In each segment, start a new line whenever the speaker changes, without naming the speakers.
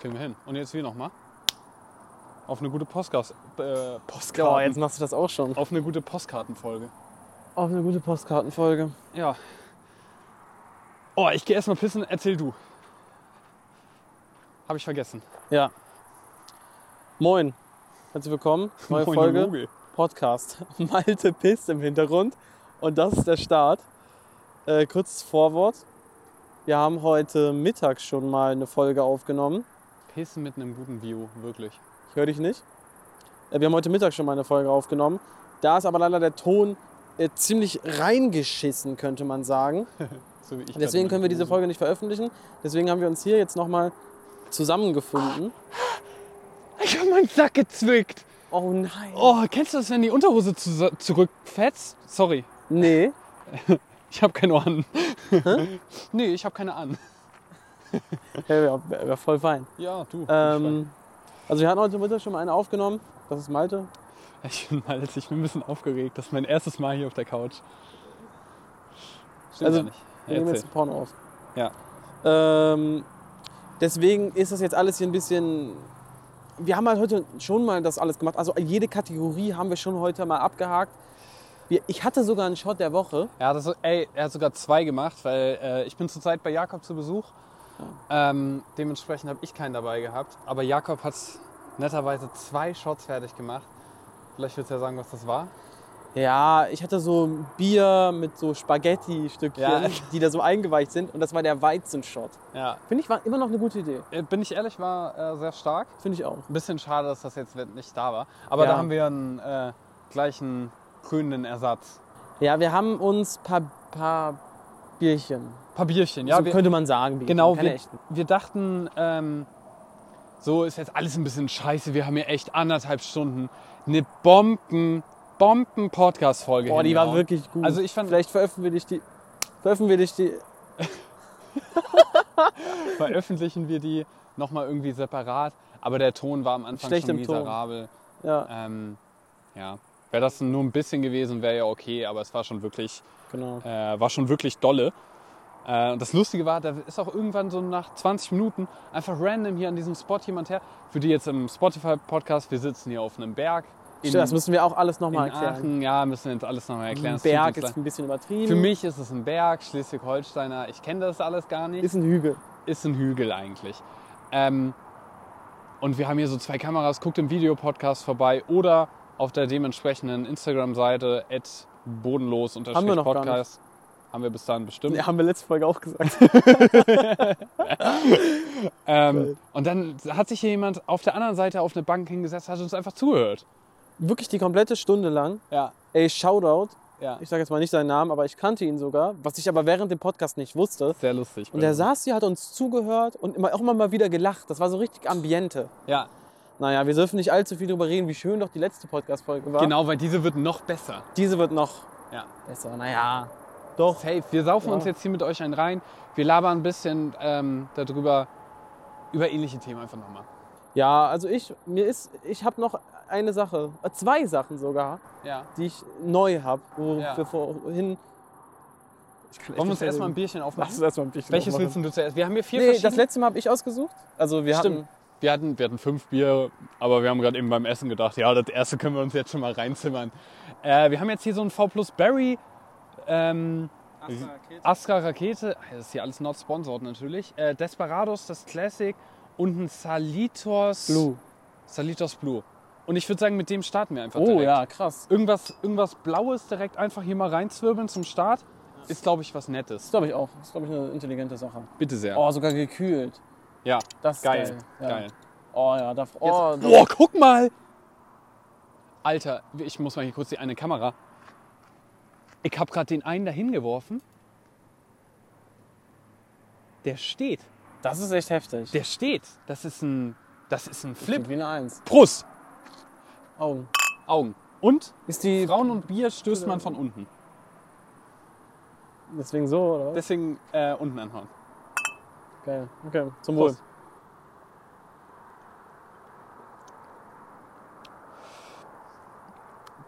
Kriegen wir hin. Und jetzt wie nochmal? Auf eine gute Postgas äh, Postkarten.
Ja, jetzt machst du das auch schon.
Auf eine gute Postkartenfolge.
Auf eine gute Postkartenfolge.
Ja. Oh, ich gehe erstmal pissen. Erzähl du. Habe ich vergessen.
Ja. Moin. Herzlich willkommen. Neue
Moin,
Folge.
Mogel.
Podcast. Malte pisst im Hintergrund. Und das ist der Start. Äh, kurzes Vorwort. Wir haben heute Mittag schon mal eine Folge aufgenommen.
Pissen mit einem guten View, wirklich.
Ich höre dich nicht. Äh, wir haben heute Mittag schon mal eine Folge aufgenommen. Da ist aber leider der Ton äh, ziemlich reingeschissen, könnte man sagen.
So wie ich
Und deswegen
gerade
können wir diese
meine
Folge nicht veröffentlichen. Deswegen haben wir uns hier jetzt nochmal zusammengefunden.
Hose- Ich habe meinen Sack gezwickt.
Oh nein.
Oh, kennst du das, wenn die Unterhose zu zurückfetzt? Sorry,
Nee.
ich habe keine an. nee, ich habe keine an.
Ja, wär- wär- wär voll fein.
Ja, du.
Ähm, also wir hatten heute Mittag schon mal eine aufgenommen. Das ist Malte.
Ich bin mal, ich bin ein bisschen aufgeregt. Das ist mein erstes Mal hier auf der Couch. Stimmt
Also,
gar nicht.
Wir nehmen jetzt
Erzähl.
einen Porno auf.
Ja.
Ähm, deswegen ist das jetzt alles hier ein bisschen. Wir haben halt heute schon mal das alles gemacht. Also jede Kategorie haben wir schon heute mal abgehakt. Wir, ich hatte sogar einen Shot der Woche.
Er hat, das, so- ey, er hat sogar zwei gemacht, weil äh, ich bin zurzeit bei Jakob zu Besuch. Ähm, dementsprechend habe ich keinen dabei gehabt. Aber Jakob hat netterweise zwei Shots fertig gemacht. Vielleicht willst du ja sagen, was das war.
Ja, ich hatte so ein Bier mit so Spaghetti-Stückchen,
Ja.
die da so eingeweicht sind. Und das war der Weizenshot.
Ja.
Finde ich war immer noch eine gute Idee.
Äh, Bin ich ehrlich, war äh, sehr stark.
Finde ich auch.
Ein bisschen schade, dass das jetzt nicht da war. Aber
Ja.
da haben wir einen äh, gleichen grünen Ersatz.
Ja, wir haben uns paar, paar Bierchen.
Paar Bierchen,
Ja,
ja.
so
wir-
könnte man sagen. Bierchen,
Genau,
keine
wir,
echten.
wir dachten, ähm, so ist jetzt alles ein bisschen scheiße. Wir haben hier echt anderthalb Stunden eine Bomben, Bomben-Podcast-Folge.
Boah, die war
hingehauen.
wirklich gut.
Also ich fand,
Vielleicht veröffentliche ich die. Veröffentliche ich die.
veröffentlichen wir die nochmal irgendwie separat. Aber der Ton war am Anfang
Schlecht
schon
im Ton.
miserabel.
Ja,
Ähm, ja. Wäre das nur ein bisschen gewesen, wäre ja okay, aber es war schon wirklich,
genau.
äh, war schon wirklich dolle. Äh, und das Lustige war, da ist auch irgendwann so nach 20 Minuten einfach random hier an diesem Spot jemand her. Für die jetzt im Spotify-Podcast, wir sitzen hier auf einem Berg. In,
das müssen wir auch alles
in
nochmal erklären.
Aachen, ja, müssen wir jetzt alles nochmal erklären.
Ein
es tut
Berg
uns leid.
ist ein bisschen übertrieben.
Für mich ist es ein Berg, Schleswig-Holsteiner. Ich kenne das alles gar nicht.
ist ein Hügel.
Ist ein Hügel eigentlich. Ähm, und wir haben hier so zwei Kameras. Guckt im Videopodcast vorbei oder auf der dementsprechenden Instagram-Seite bodenlos
Haben wir noch gar
podcast Haben wir bis dahin bestimmt.
Ja, haben wir letzte Folge auch gesagt.
ähm,
Geil.
und dann hat sich hier jemand auf der anderen Seite auf eine Bank hingesetzt, hat uns einfach zugehört.
Wirklich die komplette Stunde lang.
Ja,
Ey, Shoutout.
ja.
Ich sage jetzt mal nicht seinen Namen, aber ich kannte ihn sogar, was ich aber während dem Podcast nicht wusste.
Sehr lustig.
Und er saß hier, hat uns zugehört und immer, auch immer mal wieder gelacht. Das war so richtig Ambiente.
Ja,
Naja, wir dürfen nicht allzu viel drüber reden, wie schön doch die letzte Podcast-Folge war.
genau, weil diese wird noch besser.
Diese wird noch
Ja.
besser. Naja,
Doch. Safe. Wir saufen
Ja.
uns jetzt hier mit euch einen rein. Wir labern ein bisschen ähm, darüber, über ähnliche Themen einfach nochmal.
Ja, also ich, mir ist, ich habe noch eine Sache, äh, zwei Sachen sogar,
Ja.
die ich neu habe, wo
Ja.
wir vorhin. Ich kann echt
Wollen wir
nicht
uns
mehr
erstmal ein
reden.
Bierchen aufmachen?
Lass uns erstmal ein Bierchen
Welches
aufmachen.
willst denn du zuerst? Wir haben hier vier
Nee, das
verschiedene.
letzte Mal habe ich ausgesucht. Also wir
Stimmt.
hatten.
wir, hatten, wir hatten fünf Bier, aber wir haben gerade eben beim Essen gedacht, ja, das erste können wir uns jetzt schon mal reinzimmern. Äh, wir haben jetzt hier so ein V Plus Berry. Ähm, Astra Rakete, Ah, das ist hier alles not sponsored natürlich. Äh, Desperados, das Classic und ein Salitos
Blue.
Salitos Blue. Und ich würde sagen, mit dem starten wir einfach
Oh
direkt.
ja, krass.
Irgendwas, irgendwas Blaues direkt einfach hier mal reinzwirbeln zum Start. Ist, glaube ich, was Nettes.
Das glaube ich auch. Das ist, glaube ich, eine intelligente Sache.
Bitte sehr.
Oh, sogar gekühlt.
ja,
Das ist
geil.
geil.
Geil.
Ja. Oh ja, da. Oh,
Jetzt,
da-
boah, guck mal! Alter, ich muss mal hier kurz die eine Kamera. Ich habe gerade den einen dahin geworfen. Der steht.
das ist echt heftig.
Der steht. Das ist ein, das ist ein Flip.
Wie eine Eins.
Prost!
Augen.
Augen. Und?
Ist die
Frauen und Bier stößt man von unten.
deswegen so oder? was?
Deswegen äh, unten anhauen.
Geil. Okay. Zum Wohl.
Prost.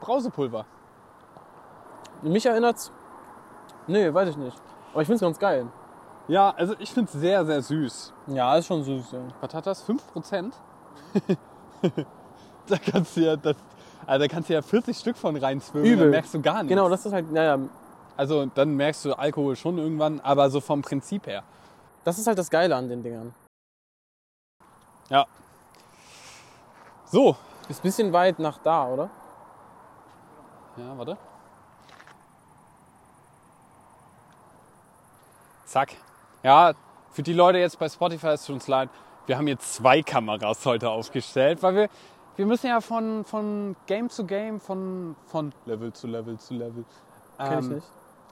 Brausepulver.
Mich erinnert's. Nee, weiß ich nicht. Aber ich find's ganz geil.
Ja, also ich finde es sehr, sehr süß.
Ja, ist schon süß. Ja.
Was hat das? 5%? da kannst du ja das. Also da kannst du ja 40 Stück von reinschwimmen,
Übel.
dann merkst du gar nichts.
Genau, das ist halt, naja,
Also dann merkst du Alkohol schon irgendwann, aber so vom Prinzip her.
das ist halt das Geile an den Dingern.
Ja. So.
Ist ein bisschen weit nach da, oder?
Ja, warte. Zack. Ja, für die Leute jetzt bei Spotify ist es uns leid. Wir haben jetzt zwei Kameras heute aufgestellt, weil wir, wir müssen ja von, von Game zu Game, von, von Level zu Level zu Level.
Kenn ich
ähm,
nicht.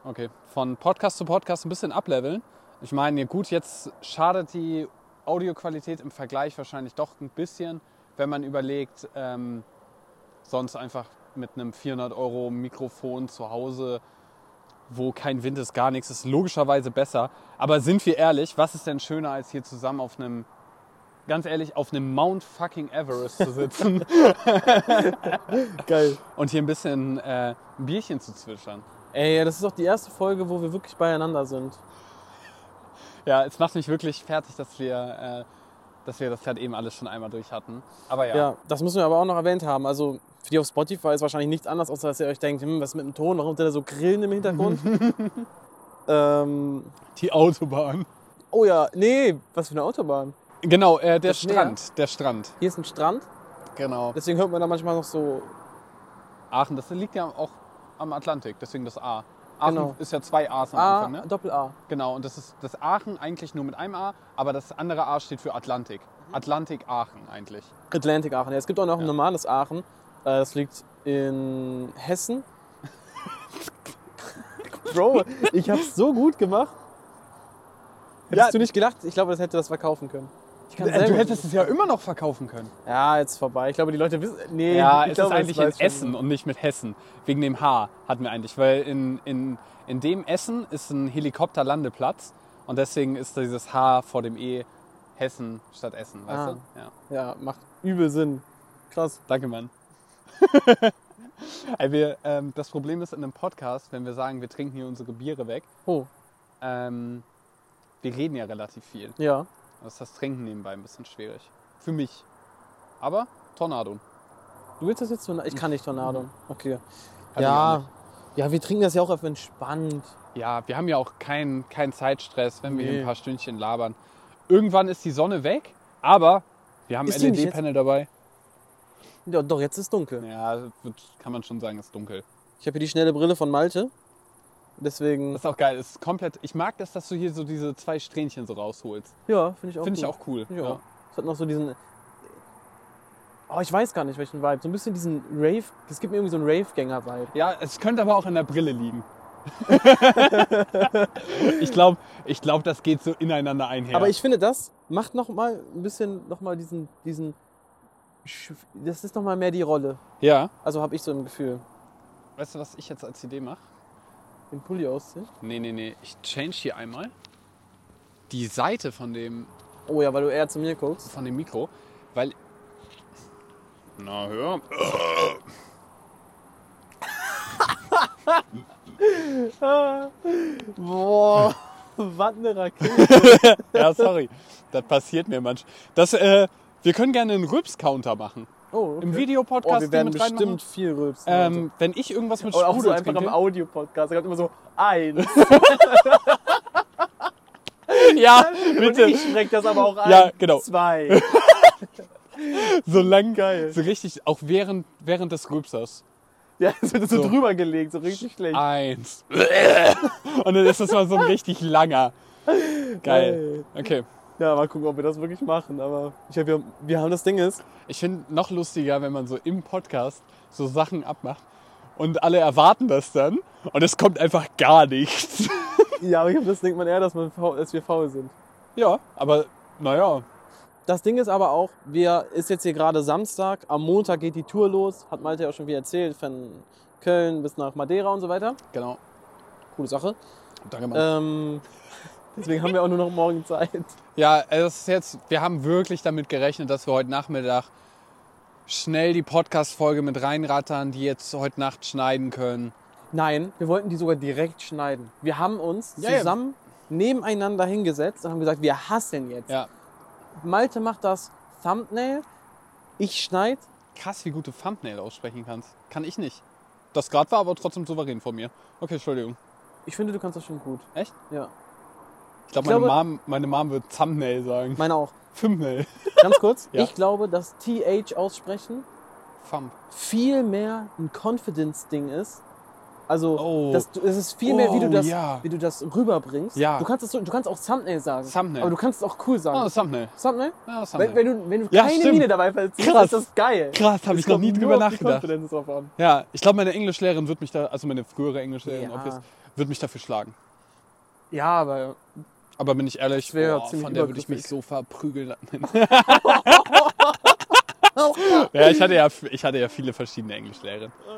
Okay, von Podcast zu Podcast ein bisschen ableveln. Ich meine, gut, jetzt schadet die Audioqualität im Vergleich wahrscheinlich doch ein bisschen, wenn man überlegt, ähm, sonst einfach mit einem 400 Euro Mikrofon zu Hause, wo kein Wind ist, gar nichts, ist logischerweise besser. Aber sind wir ehrlich, was ist denn schöner, als hier zusammen auf einem, ganz ehrlich, auf einem Mount fucking Everest zu sitzen
Geil.
und hier ein bisschen äh, ein Bierchen zu zwitschern?
Ey, das ist doch die erste Folge, wo wir wirklich beieinander sind.
Ja, es macht mich wirklich fertig, dass wir, äh, dass wir das gerade eben alles schon einmal durch hatten. Aber ja.
Ja. das müssen wir aber auch noch erwähnt haben. Also für die auf Spotify ist wahrscheinlich nichts anders, außer dass ihr euch denkt, hm, was ist mit dem Ton, warum sind da so Grillen im Hintergrund? ähm,
die Autobahn.
oh ja, nee, was für eine Autobahn.
Genau, äh, der
Das Meer?
Strand. Der Strand.
Hier ist ein Strand,
Genau.
deswegen hört man da manchmal noch so,
Aachen, das liegt ja auch am Atlantik, deswegen das A. Aachen
Genau.
ist ja zwei A's am
A,
Anfang, ne?
Doppel-A.
Genau, und das ist das Aachen eigentlich nur mit einem A, aber das andere A steht für Atlantik. Atlantik Aachen eigentlich.
Atlantik Aachen. Ja, es gibt auch noch ein normales Aachen. Äh, Das liegt in Hessen. Bro, ich hab's so gut gemacht. Hättest
Ja.
du nicht gelacht? Ich glaube, das hätte das verkaufen können. Ich kann
Äh,
selber-
du hättest es ja immer noch verkaufen können.
Ja, jetzt vorbei. Ich glaube, die Leute wissen. Nee,
Ja,
ich
es
glaube,
ist eigentlich in
das weiß schon-
Essen und nicht mit Hessen. Wegen dem H hatten wir eigentlich. Weil in, in, in dem Essen ist ein Helikopterlandeplatz und deswegen ist da dieses H vor dem E Hessen statt Essen, weißt
Ah.
du? Ja.
Ja, macht übel Sinn. Krass.
Danke, Mann. Ey, wir, ähm, das Problem ist in einem Podcast, wenn wir sagen, wir trinken hier unsere Biere weg,
Oh,
ähm, wir reden ja relativ viel.
ja.
Das ist das Trinken nebenbei ein bisschen schwierig. Für mich. Aber Tornado.
Du willst das jetzt Tornado? Ich kann nicht Tornado.
Mhm.
Okay.
Kann ich auch
ja.
nicht.
Ja, wir trinken das ja auch einfach entspannt.
Ja, wir haben ja auch keinen keinen Zeitstress, wenn wir hier
Nee.
ein paar Stündchen labern. Irgendwann ist die Sonne weg, aber wir haben
Ist die nicht
LED-Panel dabei.
Ja, doch, jetzt ist dunkel.
Ja, wird, kann man schon sagen, ist dunkel.
Ich habe hier die schnelle Brille von Malte. Deswegen.
Das ist auch geil. Das ist komplett. Ich mag das, dass du hier so diese zwei Strähnchen so rausholst.
ja, finde ich auch.
Finde ich
gut.
auch cool.
Finde ich auch. Es hat noch so diesen. Oh, ich weiß gar nicht, welchen Vibe. So ein bisschen diesen Rave. Es gibt mir irgendwie so einen Rave-Gänger-Vibe.
Ja, es könnte aber auch in der Brille liegen. ich glaube, ich glaub, das geht so ineinander einher.
Aber ich finde, das macht nochmal ein bisschen noch mal diesen. diesen Sch- das ist nochmal mehr die Rolle.
ja,
Also habe ich so ein Gefühl.
weißt du, was ich jetzt als Idee mache?
Den Pulli ausziehen.
Nee, nee, nee. Ich change hier einmal die Seite von dem,
Oh ja, weil du eher zu mir guckst.
von dem Mikro, weil. Na, hör.
Boah, was eine Rakete.
Ja, sorry. das passiert mir manchmal. Das, äh, wir können gerne einen Rübs-Counter machen.
Oh, okay.
Im
Oh,
Videopodcast
wir werden
hier mit reinmachen.
bestimmt viel rülpsen.
Ähm, wenn ich irgendwas mit
heute. Oder auch so
Strudel
einfach im
trinke-
Audio-Podcast. Da kommt immer so eins.
Ja,
Und
bitte.
ich schrecke das aber auch ein.
Ja, genau.
Zwei.
So lang,
Geil.
so richtig, auch während, während des Rübsers.
Ja, es wird so, ah.
So.
drüber gelegt, so richtig schlecht.
Eins. Und dann ist das mal so ein richtig langer. Geil.
Geil.
Okay.
Ja, mal gucken, ob wir das wirklich machen. Aber ich hab, wir, wir haben das Ding ist.
Ich finde noch lustiger, wenn man so im Podcast so Sachen abmacht und alle erwarten das dann und es kommt einfach gar nichts.
Ja, aber ich glaube, das denkt man eher, dass, man, faul- dass wir faul sind.
Ja, aber naja.
Das Ding ist aber auch, wir ist jetzt hier gerade Samstag, am Montag geht die Tour los, hat Malte ja auch schon wieder erzählt, von Köln bis nach Madeira und so weiter.
Genau.
Coole Sache.
Danke, Mann.
Ähm, deswegen haben wir auch nur noch morgen Zeit.
Ja, also es ist jetzt, wir haben wirklich damit gerechnet, dass wir heute Nachmittag schnell die Podcast-Folge mit reinrattern, die jetzt heute Nacht schneiden können.
Nein, wir wollten die sogar direkt schneiden. Wir haben uns
Ja, ja.
zusammen nebeneinander hingesetzt und haben gesagt, wir hassen jetzt.
Ja.
Malte macht das Thumbnail, ich schneide.
Krass, wie gut du Thumbnail aussprechen kannst. Kann ich nicht. Das gerade war aber trotzdem souverän von mir. Okay, Entschuldigung.
Ich finde, du kannst das schon gut.
Echt?
Ja,
Ich, glaub,
Ich
meine
glaube-
glaube, Mom, meine Mom wird Thumbnail sagen.
meine auch.
Thumbnail.
Ganz kurz,
Ja.
ich glaube, dass TH aussprechen
Thumb.
viel mehr ein Confidence-Ding ist. Also,
Oh.
dass du, es ist viel mehr, wie du
Oh,
das,
ja.
wie du das rüberbringst.
Ja.
Du, kannst es so, du kannst auch Thumbnail sagen.
Thumbnail.
Aber du kannst es auch cool
Ah,
sagen.
das Thumbnail.
Thumbnail?
Ja, das Thumbnail.
Wenn, wenn du, wenn du
Ja,
keine
stimmt.
Miene dabei verziehst,
Krass.
ist das geil.
Krass, habe
Es
ich noch
kommt
nie
nur
drüber
auf die
nachgedacht.
Confidence drauf an.
Ja, ich glaube, meine Englischlehrerin wird mich da, also meine frühere Englischlehrerin,
Ja.
obvious, wird mich dafür schlagen.
Ja, aber
Aber bin ich ehrlich,
Das wär
boah,
ziemlich
von der würde ich mich
übergriffig.
so verprügeln. ja, ich hatte ja, ich hatte ja viele verschiedene Englischlehrerinnen.
Ah.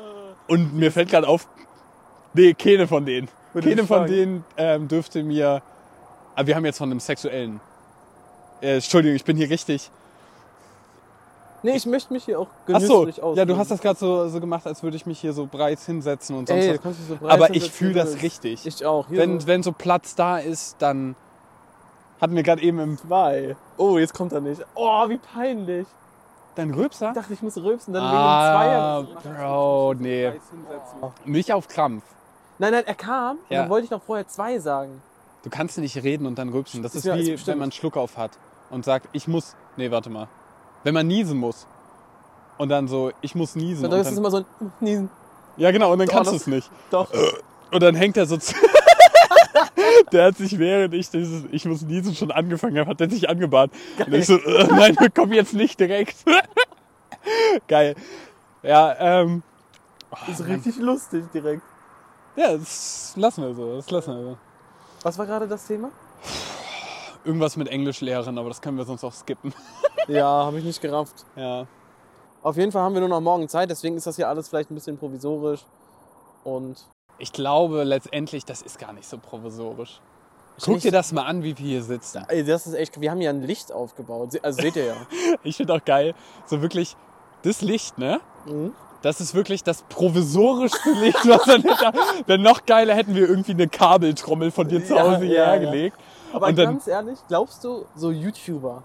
Und mir fällt gerade auf, nee, keine von denen.
Würde ich
keine von
sagen.
denen ähm, dürfte mir. Aber wir haben jetzt von einem sexuellen. Äh, Entschuldigung, ich bin hier richtig.
Nee, ich möchte mich hier auch
Ach so,
genüsslich aus. ne?
ja, du hast das gerade so, so gemacht, als würde ich mich hier so breit hinsetzen und sonst
Ey,
was.
du kannst dich so breit
Aber
hinsetzen,
ich fühle
wie du
das
willst.
richtig.
Ich auch. Hier
wenn,
so
wenn so Platz da ist, dann hatten wir gerade eben im.
zwei. Oh, jetzt kommt er nicht. Oh, wie peinlich.
Dein Rülpser?
Ich dachte, ich muss rülpsen, dann
Ah,
wegen dem Zweier.
Bro, nee. Nicht auf Krampf.
Nein, nein, er kam und
Ja.
dann wollte ich noch vorher zwei sagen.
Du kannst nicht reden und dann rülpsen. Das ist
Ja, ist
wie,
bestimmt.
wenn man einen Schluck auf hat und sagt, ich muss. Nee, warte mal. Wenn man niesen muss. Und dann so, ich muss niesen.
Dann
Und
ist es
dann,
immer so ein Niesen.
ja, genau, und dann kannst du
das-
es nicht.
Doch.
Und dann hängt er so zu. Der hat sich, während ich dieses Ich muss niesen schon angefangen habe, hat er sich angebahnt. Und ich so, äh, nein, wir kommen jetzt nicht direkt. Geil. Ja, ähm,
Das ist richtig lustig direkt.
ja, das lassen wir so, das lassen wir so.
Was war gerade das Thema?
Irgendwas mit Englischlehrerin, aber das können wir sonst auch skippen.
Ja, habe ich nicht gerafft.
Ja.
Auf jeden Fall haben wir nur noch morgen Zeit, deswegen ist das hier alles vielleicht ein bisschen provisorisch. Und
Ich glaube letztendlich, das ist gar nicht so provisorisch. Guck dir das mal an, wie wir hier sitzen.
Ey, das ist echt. Wir haben ja ein Licht aufgebaut. Se- Also seht ihr ja.
Ich finde auch geil, so wirklich das Licht, ne?
Mhm.
Das ist wirklich das provisorischste Licht, was man hätte. Denn noch geiler hätten wir irgendwie eine Kabeltrommel von dir zu
Ja,
Hause hierher
ja, ja.
gelegt.
Aber
Und dann-
ganz ehrlich, glaubst du, so YouTuber,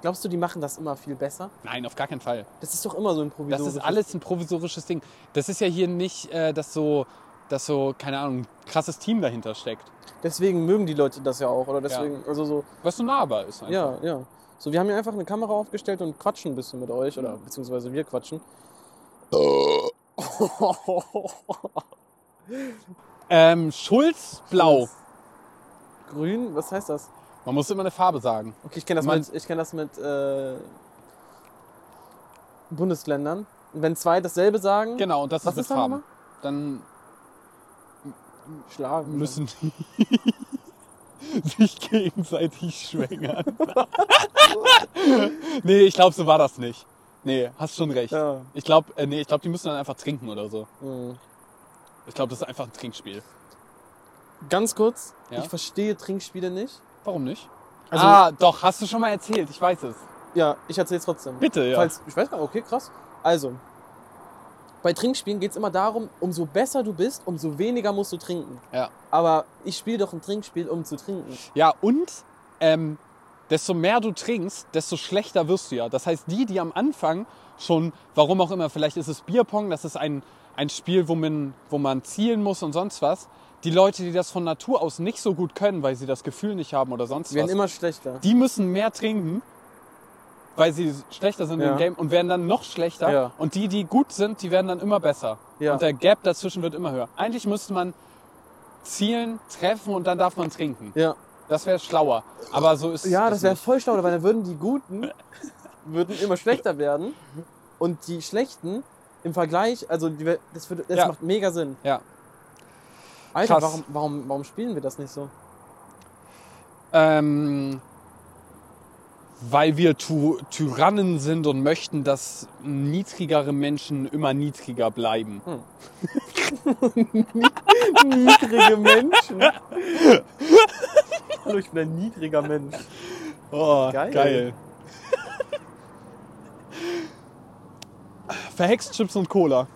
glaubst du, die machen das immer viel besser?
Nein, auf gar keinen Fall.
Das ist doch immer so ein
Das
provisorisches.
ist alles ein provisorisches Ding. Das ist ja hier nicht, äh, dass so, dass so, keine Ahnung, ein krasses Team dahinter steckt.
Deswegen mögen die Leute das ja auch. Oder deswegen, also so,
Was so nahbar ist. einfach.
ja, ja. So, wir haben hier einfach eine Kamera aufgestellt und quatschen ein bisschen mit euch. Oder beziehungsweise wir quatschen.
Ähm, Schulz Blau.
Grün, was heißt das?
Man muss immer eine Farbe sagen.
Okay, ich kenne das
Man-
mit, ich kenn das mit äh, Bundesländern. Und wenn zwei dasselbe sagen,
Genau, und das
Was
ist mit
ist da
Farben.
nochmal?
Dann
schlagen.
müssen die sich gegenseitig schwängern. nee, ich glaube, so war das nicht. Nee, hast schon recht.
Ja.
Ich glaube, äh, nee, ich glaube, die müssen dann einfach trinken oder so.
Mhm.
Ich glaube, das ist einfach ein Trinkspiel.
Ganz kurz,
Ja?
ich verstehe Trinkspiele nicht.
Warum nicht?
Also-
ah, doch, hast du schon mal erzählt, ich weiß es.
Ja, ich erzähle es trotzdem.
Bitte, ja.
Falls, ich weiß gar nicht, okay, krass. Also, bei Trinkspielen geht es immer darum, umso besser du bist, umso weniger musst du trinken.
Ja.
Aber ich spiele doch ein Trinkspiel, um zu trinken.
Ja, und ähm, desto mehr du trinkst, desto schlechter wirst du ja. Das heißt, die, die am Anfang schon, warum auch immer, vielleicht ist es Bierpong, das ist ein, ein Spiel, wo man, wo man zielen muss und sonst was. Die Leute, die das von Natur aus nicht so gut können, weil sie das Gefühl nicht haben oder sonst
Wir werden
was,
immer schlechter.
die müssen mehr trinken, weil sie schlechter sind
Ja.
im Game und werden dann noch schlechter.
Ja.
Und die, die gut sind, die werden dann immer besser.
Ja.
Und der Gap dazwischen wird immer höher. Eigentlich müsste man zielen, treffen und dann darf man trinken.
Ja,
Das wäre schlauer. Aber so ist
ja das wäre
nicht.
voll schlau, weil dann würden die Guten würden immer schlechter werden und die Schlechten im Vergleich, also die, wär- das, würde, das
Ja.
macht mega Sinn.
Ja.
Alter,
Krass.
warum, warum, warum spielen wir das nicht so?
Ähm, weil wir tu Tyrannen sind und möchten, dass niedrigere Menschen immer niedriger bleiben.
Hm. Niedrige Menschen. Hallo, ich bin ein niedriger Mensch.
Oh,
Geil.
Verhext Chips und Cola.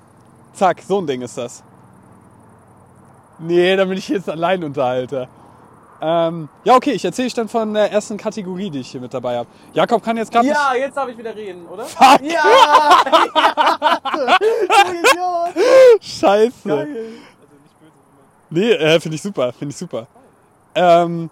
Zack, so ein Ding ist das. Nee, da bin ich jetzt allein unterhalter. Ähm, ja, okay, ich erzähle euch dann von der ersten Kategorie, die ich hier mit dabei habe. Jakob kann jetzt gerade
Ja, jetzt darf ich wieder reden, oder? Fuck. Ja! ja. du Idiot.
nicht... Scheiße.
Geil.
Nee, äh, finde ich super, finde ich super. Ähm,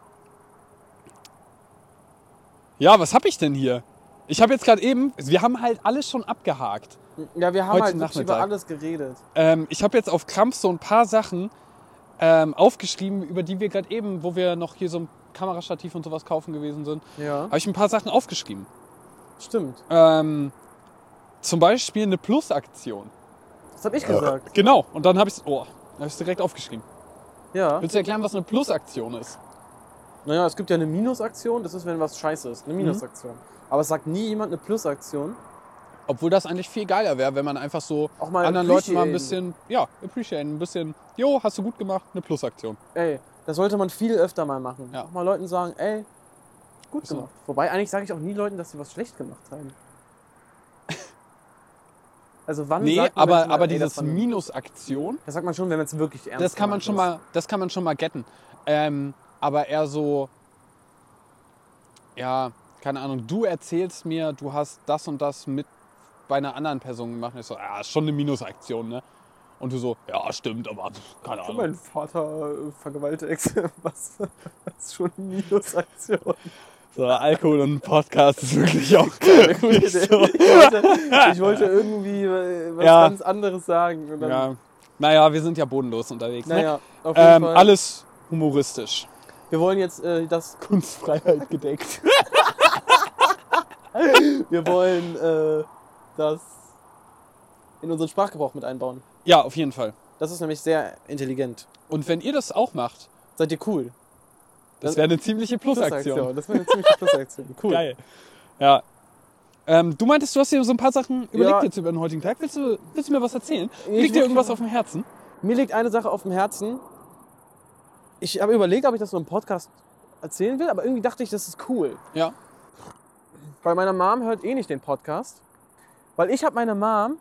ja, was habe ich denn hier? Ich habe jetzt gerade eben, wir haben halt alles schon abgehakt.
Ja, wir haben
Heute
halt wirklich über
Nachmittag.
alles geredet.
Ähm, ich habe jetzt auf Krampf so ein paar Sachen ähm, aufgeschrieben, über die wir gerade eben, wo wir noch hier so ein Kamerastativ und sowas kaufen gewesen sind,
Ja.
habe ich ein paar Sachen aufgeschrieben.
Stimmt.
Ähm, zum Beispiel eine Plus-Aktion.
Das habe ich gesagt.
Genau, und dann habe ich es oh, hab ich's direkt aufgeschrieben.
Ja.
Willst du erklären, was eine Plus-Aktion ist?
Naja, es gibt ja eine Minusaktion, das ist, wenn was scheiße ist. Eine
Mhm.
Minusaktion. Aber es sagt nie jemand eine Plusaktion.
Obwohl das eigentlich viel geiler wäre, wenn man einfach so
Auch mal
anderen Leuten mal ein
appreciaten.
bisschen, ja, appreciaten, ein bisschen, jo, hast du gut gemacht, eine Plus-Aktion.
Ey, das sollte man viel öfter mal machen.
Ja.
Auch mal Leuten sagen, ey, gut
Ist so.
gemacht. Wobei, eigentlich sage ich auch nie Leuten, dass sie was schlecht gemacht haben. Also wann
Nee,
sagt man
aber,
Menschen mal,
aber
ey,
dieses
das, war-
Minus-Aktion,
das sagt man schon, wenn man es wirklich ernst
das kann man
gemeint
schon
ist.
mal, das kann man schon mal getten. Ähm, aber eher so, ja, keine Ahnung, du erzählst mir, du hast das und das mit bei einer anderen Person gemacht. Und ich so, ja, ist schon eine Minusaktion, ne? Und du so, ja, stimmt, aber pff, keine Ahnung.
Schon mein Vater äh, vergewaltigt. Was? Das ist schon eine Minusaktion.
So, Alkohol und Podcast ist wirklich auch
Ich wollte, ich wollte irgendwie äh, was
Ja.
ganz anderes sagen. Und dann,
Ja. Naja, wir sind ja bodenlos unterwegs. Ne?
Naja, auf jeden
ähm,
Fall.
alles humoristisch.
Wir wollen jetzt äh, das.
Kunstfreiheit gedeckt.
Wir wollen äh, das in unseren Sprachgebrauch mit einbauen.
ja, auf jeden Fall.
Das ist nämlich sehr intelligent.
Und wenn ihr das auch macht,
Seid ihr cool?
das wäre eine ziemliche Plusaktion.
Das wäre eine ziemliche Plusaktion. Cool.
Geil. Ja. Ähm, du meintest, du hast dir so ein paar Sachen überlegt
Ja.
jetzt über den heutigen Tag. Willst du, willst du mir was erzählen?
Ich
Liegt dir
würd-
irgendwas auf dem Herzen?
Mir liegt eine Sache auf dem Herzen. Ich habe überlegt, ob ich das so im Podcast erzählen will, aber irgendwie dachte ich, das ist cool.
Ja.
Weil meine Mom hört eh nicht den Podcast. Weil ich habe meine Mom.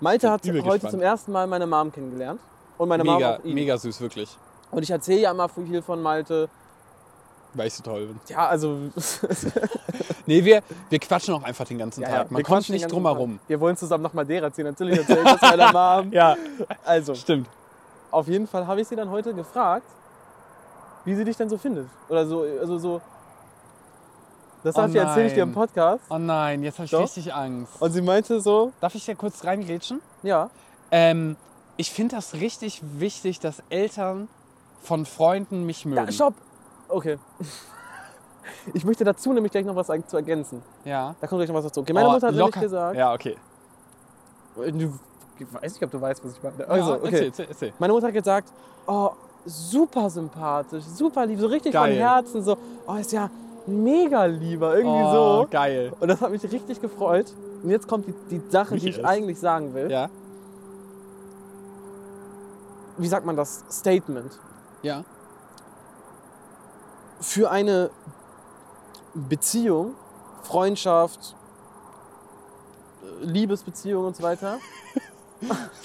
Malte hat
übel
heute
gespannt.
zum ersten Mal meine Mom kennengelernt. Und meine Mom
Mega,
auch ihn.
mega süß, wirklich.
Und ich erzähle ja immer viel von Malte.
Weil ich so toll bin.
Ja, also.
Nee, wir, wir quatschen auch einfach den ganzen
ja, ja,
Tag. Man
wir
kommt
quatschen den
nicht
ganzen
drum
Tag.
herum.
Wir wollen zusammen noch Madeira ziehen. Natürlich erzähle ich das meiner Mom.
Ja,
Also,
stimmt.
auf jeden Fall habe ich sie dann heute gefragt, wie sie dich denn so findet. Oder so. Also so das
Oh
darf ich erzähle ich dir im
nein.
Podcast.
Oh nein, jetzt habe ich
Doch.
richtig Angst.
Und sie meinte so,
Darf ich dir kurz reingrätschen?
ja,
Ähm, ich finde das richtig wichtig, dass Eltern von Freunden mich mögen.
Ja, stopp! Okay. Ich möchte dazu nämlich gleich noch was zu ergänzen.
Ja.
Da kommt gleich noch was dazu. Okay, meine
Oh,
Mutter hat
locker.
nämlich gesagt.
Ja, okay.
Äh, Du, ich weiß nicht, ob du weißt, was ich meine. Also,
ja,
okay.
erzähl, erzähl, erzähl.
Meine Mutter hat gesagt, oh, super sympathisch, super lieb, so richtig
Geil.
von Herzen, so, oh, ist ja ein mega lieber, irgendwie
Oh,
so.
geil.
Und das hat mich richtig gefreut. Und jetzt kommt die, die Sache, die ich
Michael.
eigentlich sagen will.
Ja,
Wie sagt man das? Statement.
ja.
für eine Beziehung, Freundschaft, äh, Liebesbeziehung und so weiter.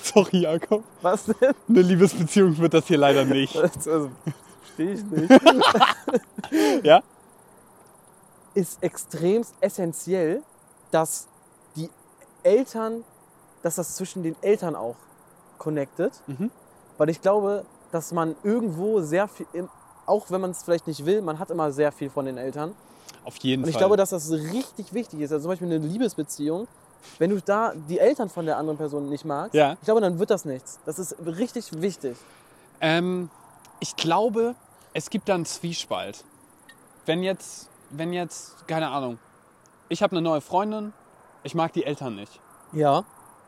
Sorry, Jakob.
Was denn?
Eine Liebesbeziehung wird das hier leider nicht.
Also, verstehe ich nicht.
Ja?
Ist extremst essentiell, dass die Eltern, dass das zwischen den Eltern auch connected.
Mhm.
Weil ich glaube, dass man irgendwo sehr viel, im- auch wenn man es vielleicht nicht will, man hat immer sehr viel von den Eltern.
Auf jeden
Und ich
Fall.
glaube, dass das richtig wichtig ist. Also zum Beispiel eine Liebesbeziehung. Wenn du da die Eltern von der anderen Person nicht magst,
Ja.
ich glaube, dann wird das nichts. Das ist richtig wichtig.
ähm, ich glaube, es gibt da einen Zwiespalt. Wenn jetzt, wenn jetzt, keine Ahnung, ich habe eine neue Freundin, ich mag die Eltern nicht.
Ja.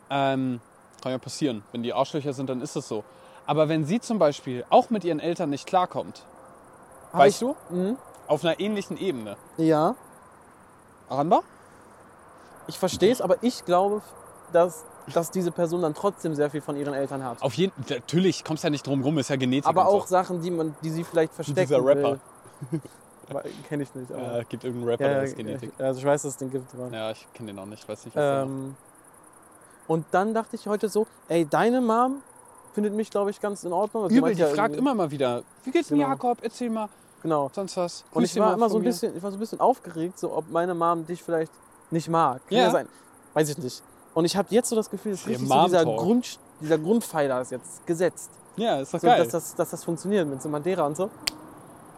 Ähm, kann ja passieren. Wenn die Arschlöcher sind, dann ist es so. Aber wenn sie zum Beispiel auch mit ihren Eltern nicht klarkommt, weißt du,
Mhm.
auf einer ähnlichen Ebene.
Ja.
Aranba?
Ich verstehe es, aber ich glaube, dass, dass diese Person dann trotzdem sehr viel von ihren Eltern hat.
Auf jeden Natürlich, kommst ja nicht drum rum, ist ja Genetik.
aber
und
auch Sachen, die, man, die sie vielleicht verstecken
dieser Rapper.
will. Kenne ich nicht.
so.
Aber.
Äh, gibt irgendeinen Rapper, der ist Genetik.
also ich weiß, dass es den gibt. Aber.
Ja, ich kenne den auch nicht, weiß nicht, was der macht.
Ähm, und dann dachte ich heute so, ey, deine Mom findet mich, glaube ich, ganz in Ordnung. Also
Übel,
meint
die
ja
fragt
irgendwie-
immer mal wieder, wie geht's denn
Genau.
Jakob, erzähl mal,
Genau.
sonst was.
Und
Grüß
ich
dir
war
mal
immer
von
so ein
mir.
bisschen, ich war so ein bisschen aufgeregt, so ob meine Mom dich vielleicht nicht mag. Kann
Ja.
ja, sein. Weiß ich nicht. Und ich habe jetzt so das Gefühl, dass
Der
richtig so dieser,
Mom-Talk.
Grund, dieser Grundpfeiler ist jetzt gesetzt.
Ja, ist doch
So,
geil.
dass, das, dass das funktioniert mit so Madeira und so.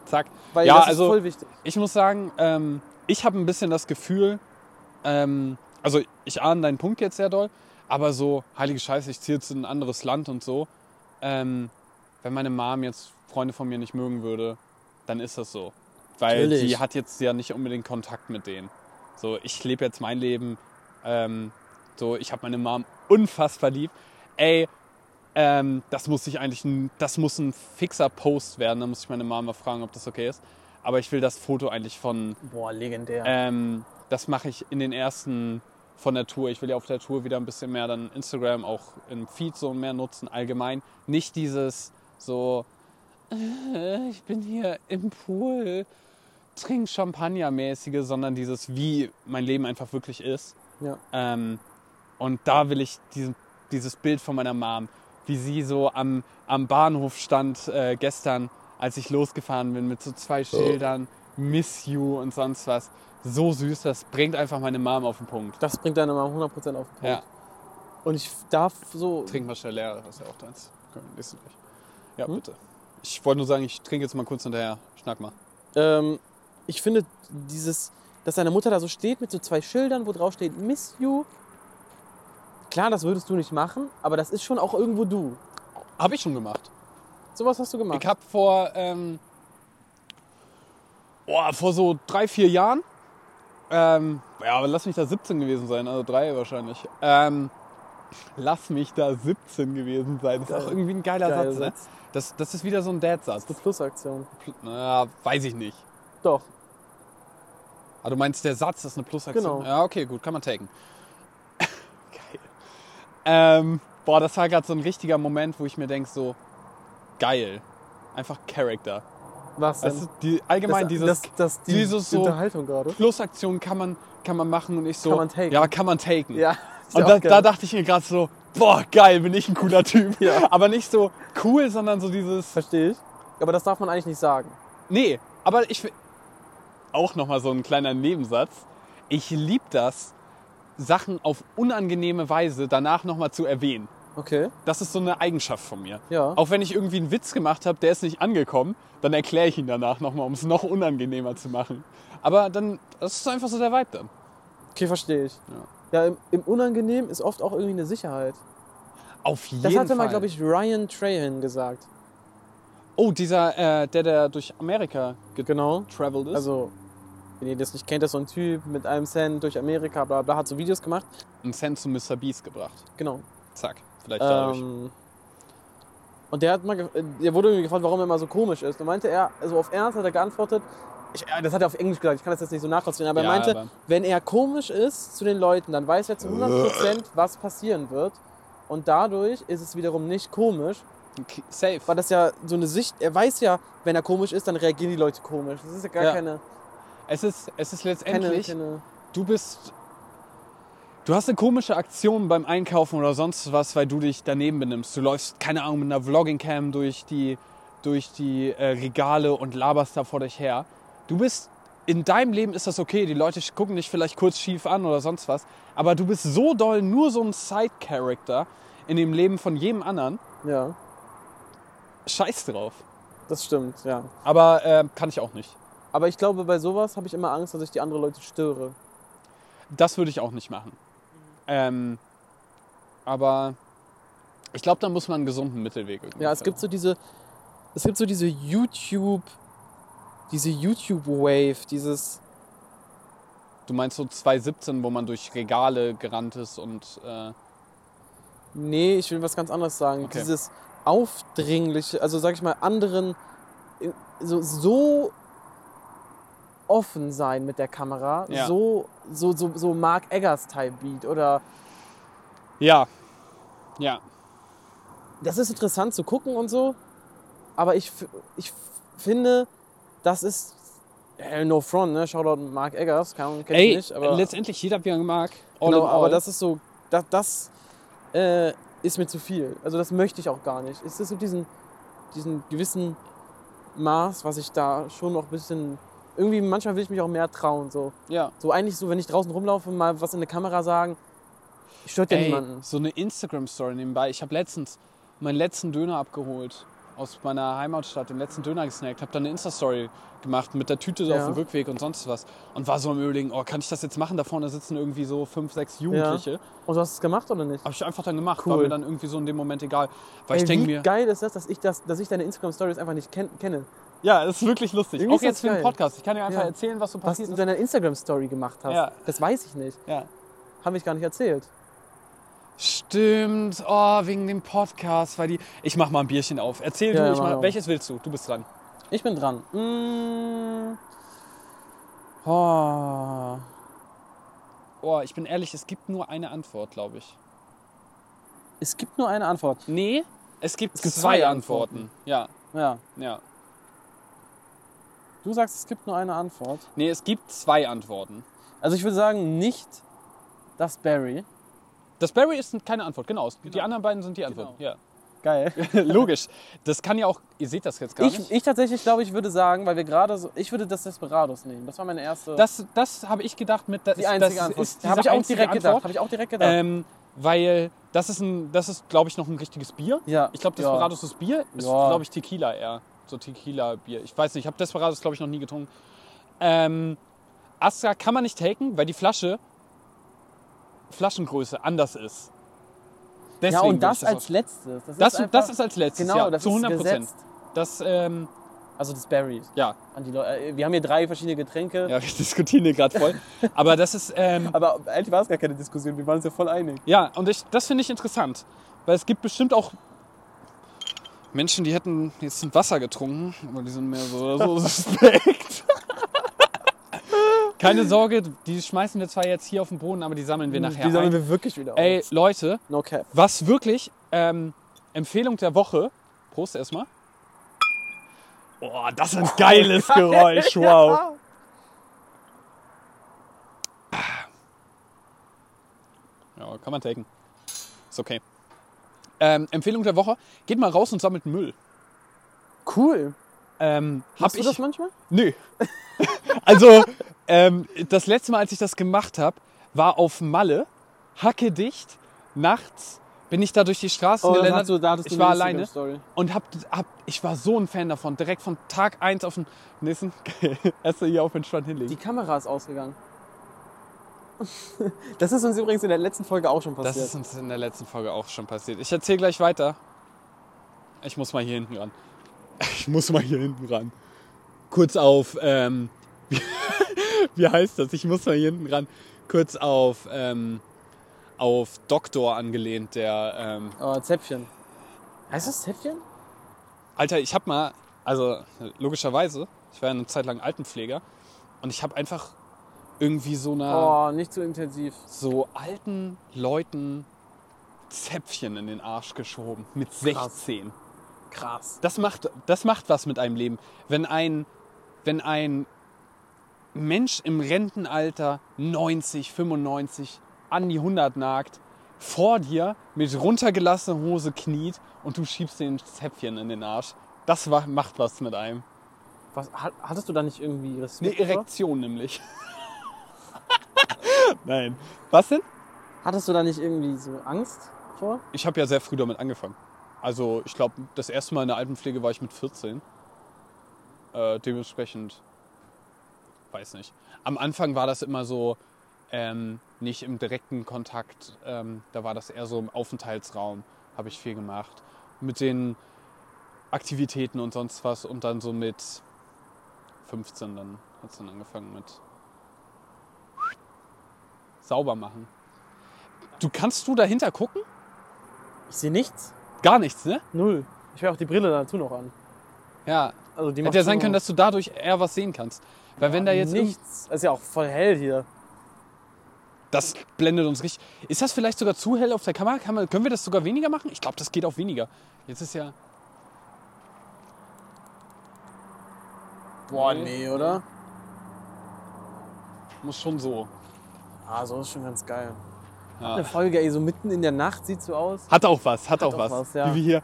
Zack.
Weil
Ja,
das
also-
ist voll wichtig.
Ich muss sagen, ähm, ich habe ein bisschen das Gefühl, ähm, also ich ahne deinen Punkt jetzt sehr doll, aber so, heilige Scheiße, ich ziehe jetzt in ein anderes Land und so. Ähm, wenn meine Mom jetzt Freunde von mir nicht mögen würde, dann ist das so. Weil
Natürlich.
die hat jetzt ja nicht unbedingt Kontakt mit denen. So, ich lebe jetzt mein Leben. Ähm, so, ich habe meine Mom unfassbar lieb. Ey, ähm, das muss ich eigentlich, ein, das muss ein fixer Post werden. Da muss ich meine Mama fragen, ob das okay ist. Aber ich will das Foto eigentlich von,
Boah, legendär.
ähm, das mache ich in den ersten von der Tour. Ich will ja auf der Tour wieder ein bisschen mehr dann Instagram auch im Feed so mehr nutzen allgemein. Nicht dieses so, äh, ich bin hier im Pool, trink Champagner mäßige, sondern dieses, wie mein Leben einfach wirklich ist.
Ja.
Ähm, und da will ich diesen, dieses Bild von meiner Mom, wie sie so am, am Bahnhof stand äh, gestern, als ich losgefahren bin mit so zwei Schildern, Miss You und sonst was. So süß, das bringt einfach meine Mom auf den Punkt.
Das bringt deine Mom 100% auf den Punkt.
Ja,
Und ich darf so.
trink mal schnell leer, das ist ja auch deins. Komm, liest du gleich. Ja, bitte. Ich wollte nur sagen, ich trinke jetzt mal kurz hinterher. Schnack mal.
Ähm, ich finde dieses, dass deine Mutter da so steht mit so zwei Schildern, wo drauf steht Miss you. Klar, das würdest du nicht machen, aber das ist schon auch irgendwo du.
Habe ich schon gemacht.
Sowas hast du gemacht.
Ich habe vor, ähm, boah, vor so drei, vier Jahren, ähm, ja, aber lass mich da 17 gewesen sein, also drei wahrscheinlich. Ähm, lass mich da 17 gewesen sein. Das ist auch
Geil.
irgendwie ein geiler
Geiler
Satz. Ne?
Satz.
Das, das ist wieder so ein Dad-Satz.
eine Plusaktion.
Na, weiß ich nicht.
Doch.
Ah, du meinst, der Satz ist eine Plusaktion?
Genau.
Ja, okay, gut, kann man taken. Geil. Ähm, boah, das war gerade so ein richtiger Moment, wo ich mir denke, so, geil. Einfach Character.
Was denn?
Weißt du, die, allgemein dieses,
das, das, die,
dieses
die
so-
Unterhaltung gerade.
Plusaktion kann man, kann man machen und ich so.
Kann man taken.
Ja, kann man taken.
Ja. ist
Und
auch
da,
geil.
da dachte ich mir gerade so, boah, geil, bin ich ein cooler Typ. Aber nicht so cool, sondern so dieses.
Verstehe ich. Aber das darf man eigentlich nicht sagen.
Nee, aber ich. fi- Auch nochmal so ein kleiner Nebensatz. Ich liebe das, Sachen auf unangenehme Weise danach nochmal zu erwähnen.
Okay.
Das ist so eine Eigenschaft von mir.
Ja.
Auch wenn ich irgendwie einen Witz gemacht habe, der ist nicht angekommen, dann erkläre ich ihn danach nochmal, um es noch unangenehmer zu machen. Aber dann, das ist einfach so der Vibe dann.
Okay, verstehe ich. Ja, im, im Unangenehm ist oft auch irgendwie eine Sicherheit.
Auf jeden
Das hatte
Fall.
mal, glaube ich, Ryan Trahan gesagt.
Oh, dieser, äh, der, der durch Amerika
Genau.
getravelt ist.
Also, wenn ihr das nicht kennt, das ist so ein Typ mit einem Cent durch Amerika, bla bla, hat so Videos gemacht.
Ein Cent zu Mr. Beast gebracht.
Genau.
Zack. Vielleicht dadurch.
Ähm, und der hat mal, ge- äh, der wurde irgendwie gefragt, warum er mal so komisch ist. Und meinte er, also auf Ernst hat er geantwortet, ich, äh, das hat er auf Englisch gesagt, ich kann das jetzt nicht so nachvollziehen, aber
Ja,
er meinte,
aber-
wenn er komisch ist zu den Leuten, dann weiß er zu 100%, was passieren wird. Und dadurch ist es wiederum nicht komisch,
Okay, Safe.
weil das ja so eine Sicht, er weiß ja, wenn er komisch ist, dann reagieren die Leute komisch. Das ist ja gar
Ja.
keine,
Es ist, es ist
keine,
letztendlich,
keine,
du bist. Du hast eine komische Aktion beim Einkaufen oder sonst was, weil du dich daneben benimmst. Du läufst, keine Ahnung, mit einer Vlogging-Cam durch die, durch die äh, Regale und laberst da vor dich her. Du bist. In deinem Leben ist das okay, die Leute gucken dich vielleicht kurz schief an oder sonst was, aber du bist so doll nur so ein Side-Character in dem Leben von jedem anderen,
ja,
scheiß drauf.
das stimmt, ja.
Aber äh, kann ich auch nicht.
Aber ich glaube, bei sowas habe ich immer Angst, dass ich die anderen Leute störe.
Das würde ich auch nicht machen. Ähm, aber ich glaube, da muss man einen gesunden Mittelweg irgendwie
Ja, es gibt so diese, es gibt so diese YouTube, diese YouTube-Wave, dieses,
Du meinst so 2017, wo man durch Regale gerannt ist und äh,
nee, ich will was ganz anderes sagen,
Okay.
dieses aufdringliche, also sag ich mal, anderen in- so, so offen sein mit der Kamera,
Ja.
so, so, so, so Mark Eggers-Type-Beat oder
ja. Ja.
das ist interessant zu gucken und so, aber ich, f- ich f- finde, das ist Hell No Front, ne? Shoutout Mark Eggers, keine Ahnung, kenn ich
Ey,
nicht, aber,
letztendlich jeder wie er mag. All
genau,
in all.
aber das ist so, das, das äh, ist mir zu viel. Also das möchte ich auch gar nicht. Es ist so diesen, diesen gewissen Maß, was ich da schon noch ein bisschen. Irgendwie manchmal will ich mich auch mehr trauen. So,
Ja.
so eigentlich so, wenn ich draußen rumlaufe, mal was in eine Kamera sagen, stört ja
Ey,
niemanden.
so eine Instagram-Story nebenbei. Ich habe letztens meinen letzten Döner abgeholt aus meiner Heimatstadt, den letzten Döner gesnackt, habe dann eine Insta-Story gemacht mit der Tüte so
Ja.
auf dem Rückweg und sonst was und war so am Überlegen, oh, kann ich das jetzt machen? Da vorne sitzen irgendwie so fünf, sechs Jugendliche.
Und du hast es gemacht oder nicht?
Habe ich einfach dann gemacht, war
Cool.
mir dann irgendwie so in dem Moment egal. Weil ich
Ey,
denke
wie
mir,
geil ist das, dass ich, das, dass ich deine Instagram-Stories einfach nicht ken kenne.
ja, das ist wirklich lustig.
Irgendwie
Auch
ist
jetzt
das
für den
geil.
Podcast. Ich kann dir einfach
Ja.
erzählen, was so
Was du
passiert
in
ist.
deiner Instagram-Story gemacht hast,
Ja.
das weiß ich nicht.
Ja.
Habe ich gar nicht erzählt.
Stimmt, oh, wegen dem Podcast, weil die. Ich mach mal ein Bierchen auf. Erzähl
Ja,
du,
ja,
ich
mach
mach,
mal.
welches willst du? Du bist dran.
Ich bin dran. Mm. Oh.
Oh, ich bin ehrlich, es gibt nur eine Antwort, glaube ich.
Es gibt nur eine Antwort.
Nee, es gibt,
Es gibt
zwei,
zwei
Antworten. Ja,
Ja.
ja.
Du sagst, es gibt nur eine Antwort.
Nee, es gibt zwei Antworten.
Also ich würde sagen, nicht das Barry.
Das Barry ist keine Antwort, genau. es- Die anderen beiden sind die
Genau.
Antworten.
Geil.
Ja. Logisch. Das kann ja auch. Ihr seht das jetzt gar
Ich,
nicht.
ich tatsächlich glaube, ich würde sagen, weil wir gerade so. Ich würde das Desperados nehmen. Das war meine erste.
Das, das habe ich gedacht mit. Das,
die einzige
das
Antwort.
Ist
Da Habe
diese
ich auch
einzige
direkt gedacht.
Antwort.
Habe ich auch direkt gedacht.
Ähm, weil das ist, ein- das ist glaube ich, noch ein richtiges Bier.
Ja.
Äh, Ich glaube,
Ja.
Desperados ist Bier. Ist,
Ja.
glaube ich, Tequila eher. So Tequila-Bier. Ich weiß nicht, ich habe Desperados, glaube ich, noch nie getrunken. Ähm, Astra kann man nicht taken, weil die Flasche, Flaschengröße anders ist. Deswegen
ja,
würde ich
und das
das
als
aus-
letztes. Das,
das,
ist einfach,
das ist als letztes,
Genau,
ja,
das
zu
ist
100 Prozent.
gesetzt.
Das, ähm,
Also das Barry.
ja,
An die Leu- äh, wir haben hier drei verschiedene Getränke.
ja, wir diskutieren hier gerade voll. Aber das ist, ähm,
Aber eigentlich war es gar keine Diskussion. Wir waren uns ja voll einig.
Ja, und ich, das finde ich interessant. Weil es gibt bestimmt auch Menschen, die hätten jetzt ein Wasser getrunken, aber die sind mehr so, so suspekt. Keine Sorge, die schmeißen wir zwar jetzt hier auf den Boden, aber die sammeln wir nachher
Hm, die sammeln
ein.
wir wirklich wieder auf.
Ey, Leute,
No cap.
was wirklich ähm, Empfehlung der Woche. Prost erstmal. Oh, das ist ein geiles Geräusch, wow. Ja, kann man taken. Ist okay. Ähm, Empfehlung der Woche: Geht mal raus und sammelt Müll.
Cool.
Ähm, hab
Machst du
ich?
das manchmal?
Nö. also, ähm, das letzte Mal, als ich das gemacht habe, war auf Malle, hacke dicht, nachts bin ich da durch die Straßen
Oh, das
gelendert.
hast du- da hattest du
ich
eine
war alleine
Instagram-Story.
und hab, hab, ich war so ein Fan davon. Direkt von Tag 1 auf den nächsten. Erst hier auf den Strand hinlegen.
Die Kamera ist ausgegangen. Das ist uns übrigens in der letzten Folge auch schon
Das
passiert.
ist uns in der letzten Folge auch schon passiert. Ich erzähle gleich weiter. Ich muss mal hier hinten ran. Ich muss mal hier hinten ran. Kurz auf, ähm, wie heißt das? Ich muss mal hier hinten ran. Kurz auf, ähm, auf Doktor angelehnt, der, ähm,
oh, Zäpfchen. Heißt das Zäpfchen?
Alter, ich hab mal, also logischerweise, ich war ja eine Zeit lang Altenpfleger und ich hab einfach irgendwie so eine.
Oh, nicht so intensiv.
so alten Leuten Zäpfchen in den Arsch geschoben mit 16.
Krass.
Das macht das macht was mit einem Leben, wenn ein wenn ein Mensch im Rentenalter 90, 95 an die 100 nagt, vor dir mit runtergelassener Hose kniet und du schiebst den Zäpfchen in den Arsch. Das wa- macht was mit einem.
Was, ha- hattest du da nicht irgendwie
Eine
Respekt? vor?
Erektion nämlich. Nein. Was denn?
Hattest du da nicht irgendwie so Angst vor?
Ich habe ja sehr früh damit angefangen. Also ich glaube, das erste Mal in der Altenpflege war ich mit 14. Äh, dementsprechend, weiß nicht. Am Anfang war das immer so, ähm, nicht im direkten Kontakt, ähm, da war das eher so im Aufenthaltsraum, habe ich viel gemacht. Mit den Aktivitäten und sonst was und dann so mit 15 dann hat es dann angefangen mit sauber machen. Du kannst du dahinter gucken?
Ich sehe nichts.
Gar nichts, ne?
Null. Ich höre auch die Brille dazu noch an.
Ja.
Also die macht
Hätte ja sein
schon
können, dass du dadurch eher was sehen kannst. Weil wenn da jetzt. irgend-
nichts. Ist ja auch voll hell hier.
Das blendet uns richtig. Ist das vielleicht sogar zu hell auf der Kamera? Kann man, können wir das sogar weniger machen? Ich glaube, das geht auch weniger. Jetzt ist ja.
Boah, nee, oder?
Muss schon so.
Ah, so ist schon ganz geil.
Ja.
Eine Folge, ey, so mitten in der Nacht sieht so aus.
Hat auch was, hat, auch,
auch
was.
was, ja.
Wie wir hier.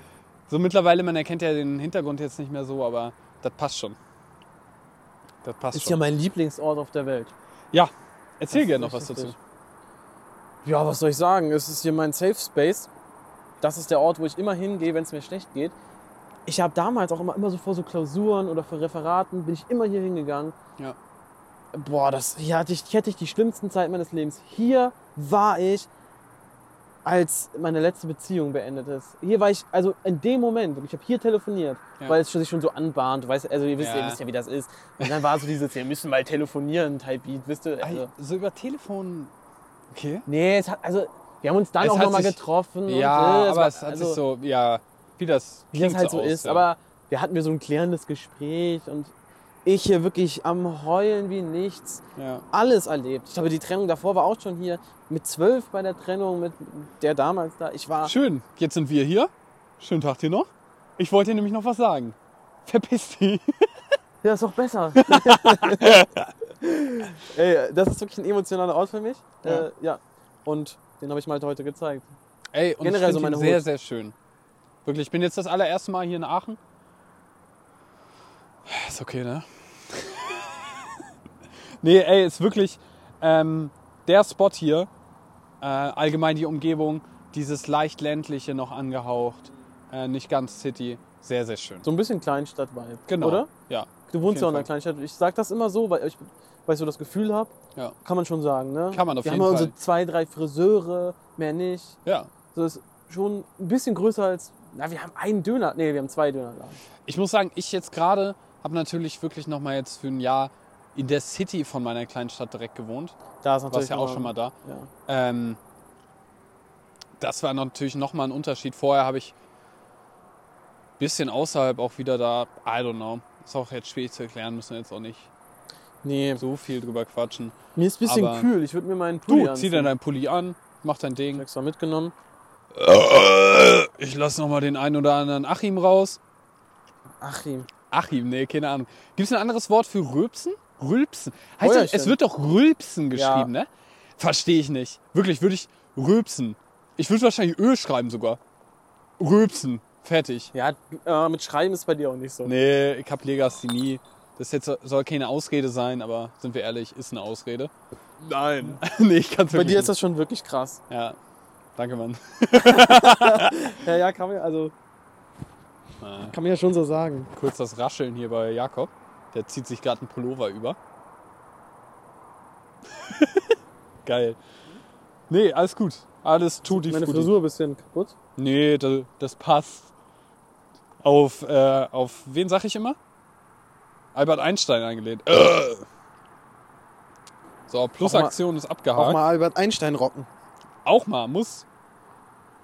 So mittlerweile, man erkennt ja den Hintergrund jetzt nicht mehr so, aber das passt schon. Das passt
Ist ja
schon.
mein Lieblingsort auf der Welt.
Ja, erzähl
Das
gerne noch
ist
was
richtig.
dazu.
Ja, was soll ich sagen? Es ist hier mein Safe Space. Das ist der Ort, wo ich immer hingehe, wenn es mir schlecht geht. Ich habe damals auch immer, immer so vor so Klausuren oder vor Referaten bin ich immer hier hingegangen.
Ja.
Boah, das, hier, hatte ich, hier hatte ich die schlimmsten Zeiten meines Lebens. Hier war ich, als meine letzte Beziehung beendet ist. Hier war ich, also in dem Moment, ich habe hier telefoniert,
Ja.
weil es schon, sich schon so anbahnt. Du weißt, also ihr wisst ja.
Ja.
ihr wisst ja, wie das ist. Und dann war so dieses, wir müssen mal telefonieren, Type Beat, wisst ihr? Also,
Ei, Ah, So über Telefon. Okay.
Nee, es hat, also wir haben uns dann
Es
auch
hat
nochmal
sich-
getroffen.
Ja,
und, äh,
aber
war-
es hat
also,
sich so, ja, wie das
wie das
klingt
halt so ist.
ja.
Aber wir hatten wir so ein klärendes Gespräch und ich hier wirklich am Heulen wie nichts.
Ja.
Alles erlebt. Ich glaube, die Trennung davor war auch schon hier. Mit zwölf bei der Trennung, mit der damals da. Ich war.
Schön, jetzt sind wir hier. Schönen Tag dir noch. Ich wollte dir nämlich noch was sagen. Verpiss dich.
Ja, ist doch besser. Ey, das ist wirklich ein emotionaler Ort für mich.
Ja.
Äh, ja. Und den habe ich mal heute gezeigt.
Ey, und Generell
Generell
ich
so
so
meine
ihn sehr,
Hut.
sehr schön. Wirklich, ich bin jetzt das allererste Mal hier in Aachen. Ist okay, ne? nee, ey, ist wirklich ähm, der Spot hier. Äh, allgemein die Umgebung, dieses leicht ländliche noch angehaucht. Äh, nicht ganz City. Sehr, sehr schön.
So ein bisschen Kleinstadt-Vibe.
genau.
Oder?
Ja.
Du
Auf jeden
wohnst ja auch in einer
Fall.
Kleinstadt. Ich sag das immer so, weil ich, weil ich so das Gefühl habe.
Ja.
Kann man schon sagen, ne?
Kann man auf
Wir
jeden
haben ja
Fall.
unsere zwei, drei Friseure, mehr nicht.
Ja.
So ist schon ein bisschen größer als. Na, wir haben einen Döner. Nee, wir haben zwei Döner.
Ich muss sagen, ich jetzt gerade habe natürlich wirklich nochmal jetzt für ein Jahr in der City von meiner Kleinstadt direkt gewohnt.
Da ist
Du
natürlich.
warst ja auch schon mal da.
Ja.
Ähm, das war natürlich nochmal ein Unterschied. Vorher habe ich ein bisschen außerhalb auch wieder da, I don't know. Ist auch jetzt schwierig zu erklären, müssen wir jetzt auch nicht
Nee,
so viel drüber quatschen.
mir ist ein bisschen
Aber-
kühl. Ich würde mir meinen Pulli
Du, zieh dir deinen Pulli an, mach dein Ding.
extra mitgenommen.
Ich lasse nochmal den einen oder anderen Achim raus.
Achim.
Achim, nee, keine Ahnung. Gibt es ein anderes Wort für Rülpsen? Rülpsen. Heißt das,
Bäuerchen.
es wird doch Rülpsen
Ja.
geschrieben, ne? Verstehe ich nicht. Wirklich, würde ich Rülpsen. Ich würde wahrscheinlich Öl schreiben sogar. Rülpsen. Fertig.
Ja, äh, mit Schreiben ist bei dir auch nicht so.
Nee, ich hab Legasthenie. Das jetzt soll keine Ausrede sein, aber sind wir ehrlich, ist eine Ausrede. Nein. nee, ich kann's
Bei
wirklich
dir ist das schon wirklich krass.
nicht. Ja. Danke, Mann.
Ja, ja, kann man, also,
Ah,
kann man ja schon so sagen.
kurz das Rascheln hier bei Jakob. Der zieht sich gerade einen Pullover über. Geil. Nee, alles gut. Alles tut die
Meine Frisur ein bisschen kaputt.
Nee, das, das passt. Auf, äh, auf wen sag ich immer? Albert Einstein angelehnt. Äh. So, Plusaktion ist abgehakt. Auch mal.
Albert Einstein rocken.
muss.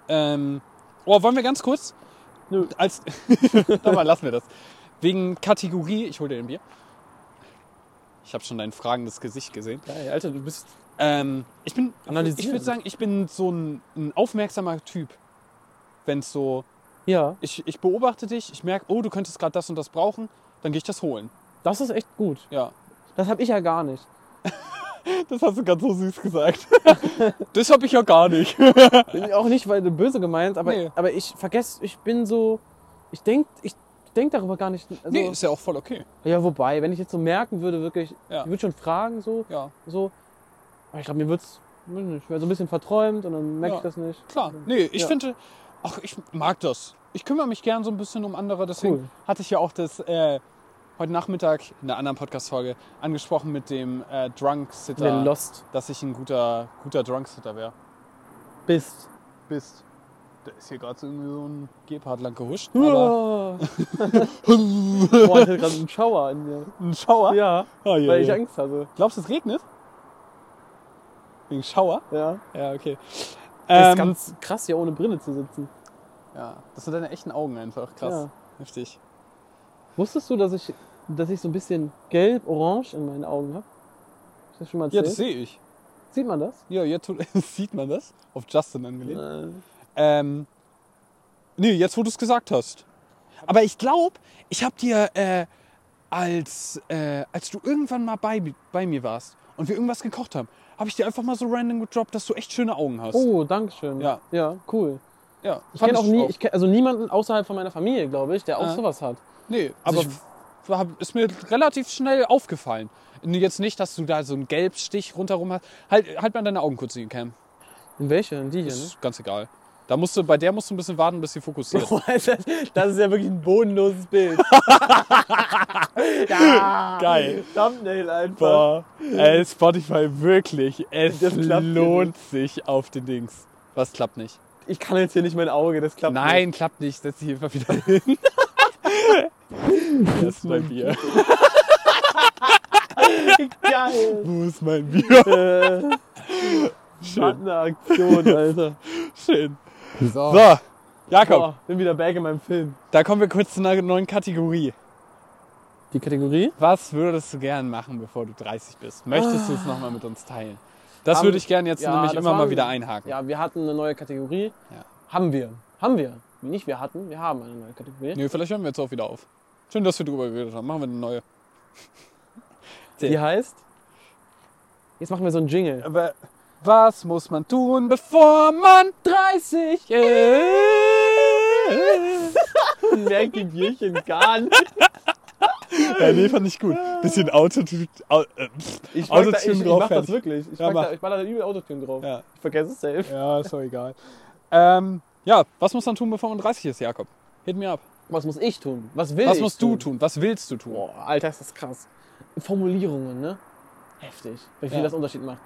Ähm, oh, wollen wir ganz kurz?
Nö.
Als, Doch mal, lassen wir das. Wegen Kategorie, ich hol dir ein Bier. Ich habe schon dein fragendes Gesicht gesehen.
Geil, Alter, du bist.
Ähm, ich bin,
Analysieren.
ich würde sagen, ich bin so ein, ein aufmerksamer Typ, wenn es so
Ja,
ich, ich beobachte dich, ich merke, oh, du könntest gerade das und das brauchen, dann gehe ich das holen.
das ist echt gut.
Ja.
Das habe ich ja gar nicht.
Das hast du ganz so süß gesagt. Also das habe ich ja gar nicht.
Auch nicht, weil du böse gemeint, aber,
Nee.
aber ich vergesse, ich bin so. Ich denk, ich denk darüber gar nicht. Also,
Nee, ist ja auch voll okay.
Ja, wobei, wenn ich jetzt so merken würde, wirklich,
Ja.
ich würde schon fragen, so,
Ja,
so. Aber ich glaube, mir wird's. weiß nicht, Ich wäre so ein bisschen verträumt und dann merke
Ja.
ich das nicht.
klar. Nee, ich
Ja.
finde, ach, ich mag das. Ich kümmere mich gern so ein bisschen um andere, deswegen
Cool.
hatte ich ja auch das äh, heute Nachmittag in einer anderen Podcast-Folge angesprochen mit dem äh,
Wenn du
Drunk-Sitter,
lost
dass ich ein guter, guter Drunk-Sitter wäre.
bist.
Bist. Da ist hier gerade so irgendwie so ein Gepard lang gehuscht. Aber
Boah, Boah, ich hatte gerade einen Schauer in mir.
ein Schauer.
Ja,
Oh, je,
weil ich
je.
Angst hatte.
Glaubst du, es regnet? Wegen Schauer?
Ja.
Ja, okay.
Das
Ähm,
ist ganz krass, hier ohne Brille zu sitzen.
ja, das sind deine echten Augen einfach. Krass.
Ja.
Heftig.
Wusstest du, dass ich, dass ich so ein bisschen gelb-orange in meinen Augen habe? Ist das schon mal
Ja,
erzählt?
das sehe ich.
Sieht man das? Äh,
Ja, jetzt tut, sieht man das. Auf Justin angelegt. Ähm, nee, jetzt wo du es gesagt hast. Aber ich glaube, ich habe dir, äh, als, äh, als du irgendwann mal bei, bei mir warst und wir irgendwas gekocht haben, habe ich dir einfach mal so random gedroppt, dass du echt schöne Augen hast.
Oh, Dankeschön.
Ja.
ja cool.
ja,
Ich
fand
kenne auch nie, ich kenn, also niemanden außerhalb von meiner Familie, glaube ich, der auch
Ja.
sowas hat.
Nee,
Also
aber f- hab- ist mir relativ schnell aufgefallen. Jetzt nicht, dass du da so einen Gelbstich rundherum hast. Halt, halt mal deine Augen kurz in die Cam.
In welche? In die hier, ne?
Ist ganz egal. Da musst du, bei der musst du ein bisschen warten, bis sie fokussiert.
Oh, Alter, das ist ja wirklich ein bodenloses Bild. ja.
Geil.
Thumbnail einfach.
Boah, ey, Spotify wirklich. Es
Das klappt hier
lohnt sich auf den Dings. Was klappt nicht?
Ich kann jetzt hier nicht mein Auge, das klappt
Nein, klappt nicht. Setz dich einfach wieder hin. das ist mein Bier.
nicht. Geil.
Wo ist mein Bier?
Äh,
Schön.
Partneraktion, Alter.
Schön. So, Jakob,
Boah, bin wieder back in meinem Film.
da kommen wir kurz zu einer neuen Kategorie.
Die Kategorie?
Was würdest du gern machen, bevor du 30 bist? Möchtest du es nochmal mit uns teilen? Das
Haben-
würde ich gern jetzt
Ja,
nämlich
das
immer mal
waren-
wieder einhaken.
Ja, wir hatten eine neue Kategorie.
Ja.
Haben wir. Haben wir. Nicht wir hatten, wir haben eine neue Kategorie.
Nö, vielleicht hören wir jetzt auch wieder auf. Schön, dass wir drüber geredet haben. Machen wir eine neue.
Die heißt. Jetzt machen wir so einen Jingle.
Aber was muss man tun, bevor man 30 ist?
Merkt die Bierchen gar nicht.
ja, nee, fand ich gut. Bisschen Autotune au- äh, pff,
Ich, pack da, ich,
Autotune
ich
drauf.
mach das
fertig.
wirklich. Ich,
Ja,
pack
mach.
da, ich baller da übel Autotune drauf.
Ja.
Ich vergesse es safe.
ja, ist doch egal. Ähm, ja, was muss man tun, bevor man 30 ist, Jakob? Hit mir ab.
Was muss ich tun? Was will
Was
ich
musst du tun? Was willst du tun?
Boah, Alter, ist das krass. Formulierungen, ne? Heftig, wie viel
Ja.
das Unterschied macht.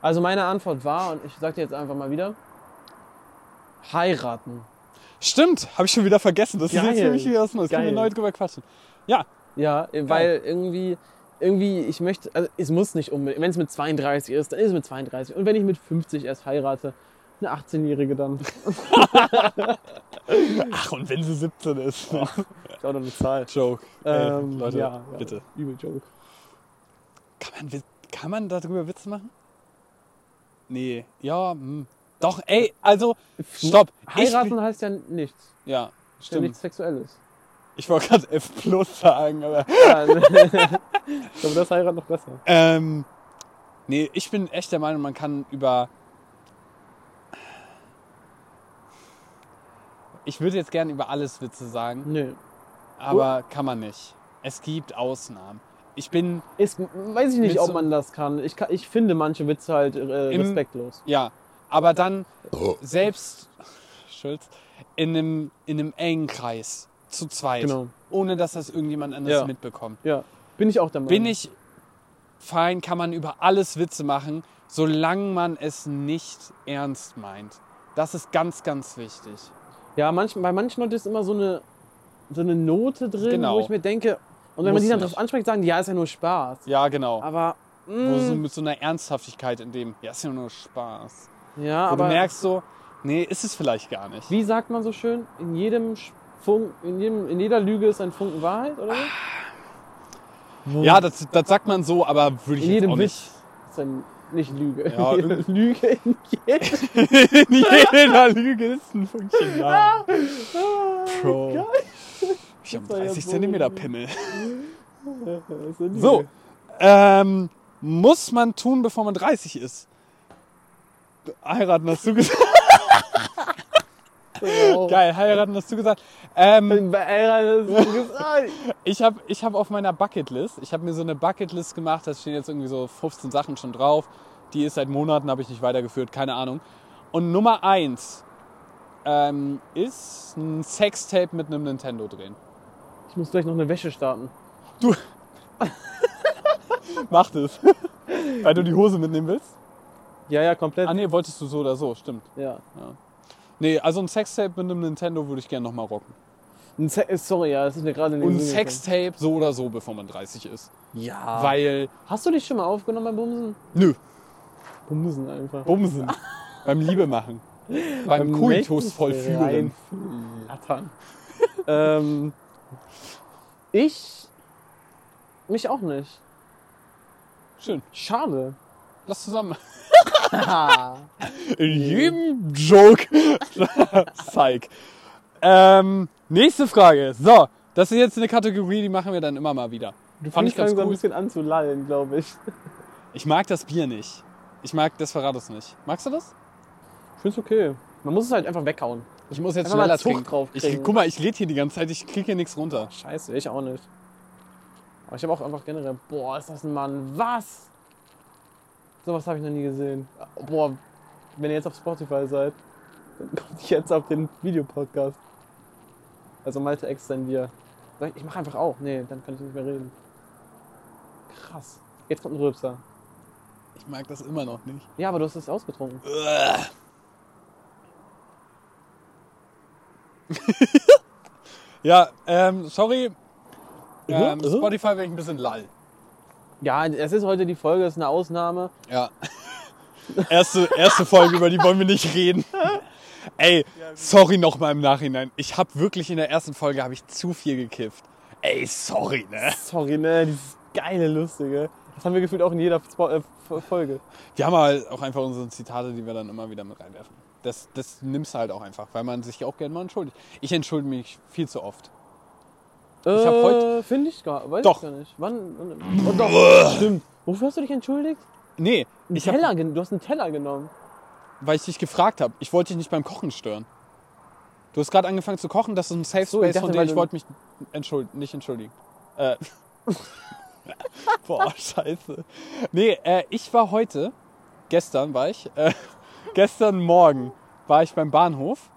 Also meine Antwort war, und ich sag dir jetzt einfach mal wieder, heiraten.
Stimmt, habe ich schon wieder vergessen. Das
Geil.
ist jetzt nämlich wieder was Neues. Können wir
Geil.
neu drüber quatschen. Ja,
Ja, weil irgendwie, irgendwie, ich möchte, also es muss nicht unbedingt, wenn es mit 32 ist, dann ist es mit 32. Und wenn ich mit 50 erst heirate, eine 18-Jährige dann.
ach, und wenn sie 17 ist.
Ist auch noch eine Zahl.
Joke. Ey,
Ähm,
Leute,
ja, ja,
bitte.
Übel Joke.
Kann man, Wit- kann man darüber Witze machen? Nee, ja, hm. doch, ey, also, stopp. Ich-
Heiraten heißt ja nichts.
Ja,
Ist Ja
stimmt.
nichts Sexuelles.
Ich wollte gerade F plus sagen, aber.
Ja, ne. ich glaube, das heiratet noch besser.
Ähm, nee, ich bin echt der Meinung, man kann über. Ich würde jetzt gerne über alles Witze sagen,
Nö.
aber kann man nicht. Es gibt Ausnahmen. Ich bin,
Ist, weiß ich nicht,
Mit
ob
so-
man das kann. Ich, kann, ich finde manche Witze halt äh, respektlos.
ja, aber dann selbst, Schulz, in einem, in einem engen Kreis, zu zweit,
Genau.
ohne dass das irgendjemand anders
Ja.
mitbekommt.
Ja, bin ich auch der Meinung.
bin ich fein, kann man über alles Witze machen, solange man es nicht ernst meint. Das ist ganz, ganz wichtig.
Ja, manch, bei manchen Leuten ist immer so eine, so eine Note drin,
Genau.
wo ich mir denke, und wenn
Muss
man die dann
nicht.
drauf anspricht, sagen die, ja, ist ja nur Spaß.
Ja, genau.
Aber, mm, hm.
Wo so
mh,
mit so einer Ernsthaftigkeit in dem, ja, ist ja nur Spaß.
ja,
Aber du
aber
merkst so, nee, ist es vielleicht gar nicht.
wie sagt man so schön? In jedem Funk, in, jedem, in jeder Lüge ist ein Funken Wahrheit, oder? so?
Ja, das, das sagt man so, aber würde ich
in
jetzt
jedem
auch
Witz ist ein, nicht Lüge.
Ja,
In jeder Lüge in jedem.
nicht. in jeder Lüge ist ein Funkchen. Ja. Pro. Ich habe
Das war ja
30
so
Zentimeter
gut.
Pimmel.
Das ist eine
So,
Lüge.
ähm, muss man tun, bevor man 30 ist? Heiraten hast du gesagt.
Genau.
Geil, heiraten hast du gesagt. Ähm,
Bei Elran ist gesagt.
ich habe ich hab auf meiner Bucketlist, ich habe mir so eine Bucketlist gemacht, da stehen jetzt irgendwie so 15 Sachen schon drauf. Die ist seit Monaten, habe ich nicht weitergeführt, keine Ahnung. Und Nummer eins ähm, ist ein Sextape mit einem Nintendo drehen.
Ich muss gleich noch eine Wäsche starten.
Du. Mach das. Weil du die Hose mitnehmen willst?
Ja, ja, komplett.
Ah, nee, wolltest du so oder so, stimmt.
ja.
Nee, also ein Sextape mit einem Nintendo würde ich gerne nochmal rocken.
Ein Se Sorry, ja, das ist mir gerade in den
Und ein
Sinn
Sextape so oder so, bevor man 30 ist.
gekommen.
Ah.
Ja.
Weil,
Hast du dich schon mal aufgenommen beim Bumsen?
nö,
Bumsen einfach.
bumsen. beim Liebe machen. Beim Koitus vollführen.
Lattern. ähm, ich. Mich auch nicht.
Schön,
Schade.
lass zusammen.
Ah.
In jedem Joke. Psych. Ähm, nächste Frage. So, das ist jetzt eine Kategorie, die machen wir dann immer mal wieder.
Du
Fand ich
fängst
ganz
langsam ein
cool.
bisschen an zu lallen, glaube ich.
Ich Ich mag das Bier nicht. Ich mag Desperados nicht. Magst du das?
Ich find's okay. Man muss es halt einfach weghauen.
Ich muss jetzt
Einfach mal
schneller
Zug
trinken.
draufkriegen.
Ich, guck mal, ich lädt hier die ganze Zeit, ich kriege hier nichts runter.
Scheiße, ich auch nicht. Aber ich habe auch einfach generell, boah, ist das ein Mann, was? Sowas habe ich noch nie gesehen. Boah, wenn ihr jetzt auf Spotify seid, dann kommt jetzt auf den Videopodcast. Also Malte Ex sein Bier. Soll ich- Ich mache einfach auch. Nee, dann kann ich nicht mehr reden. Krass. Jetzt kommt ein Rülpser.
Ich mag das immer noch nicht.
Ja, aber du hast es ausgetrunken.
Ja, ähm, sorry. Ähm,
Mhm, mhm.
Spotify wäre ich ein bisschen lall.
Ja, es ist heute die Folge, ist eine Ausnahme.
Ja. erste, erste Folge, über die wollen wir nicht reden. Ey, sorry nochmal im Nachhinein. Ich habe wirklich in der ersten Folge habe ich zu viel gekifft. Ey, sorry, ne?
Sorry, ne, dieses geile, lustige. Das haben wir gefühlt auch in jeder Spo äh, Folge.
Wir haben halt auch einfach unsere Zitate, die wir dann immer wieder mit reinwerfen. Das, das nimmst du halt auch einfach, weil man sich auch gerne mal entschuldigt. Ich entschuldige mich viel zu oft.
Ich
hab heute-
Finde Äh, ich gar, weiß
Doch.
ich gar nicht. Wann? wann- Oh, doch, stimmt. Wofür hast du dich entschuldigt?
Nee,
Einen
ich hab,
Teller, gen- du hast einen Teller genommen.
weil ich dich gefragt habe. Ich wollte dich nicht beim Kochen stören. Du hast gerade angefangen zu kochen, das ist ein Safe
So, ich
Space
dachte,
von dir.
weil
Ich
du-
wollte mich entschuld nicht entschuldigen. Äh. Boah, scheiße. Nee, äh, ich war heute, gestern war ich, äh, gestern Morgen war ich beim Bahnhof.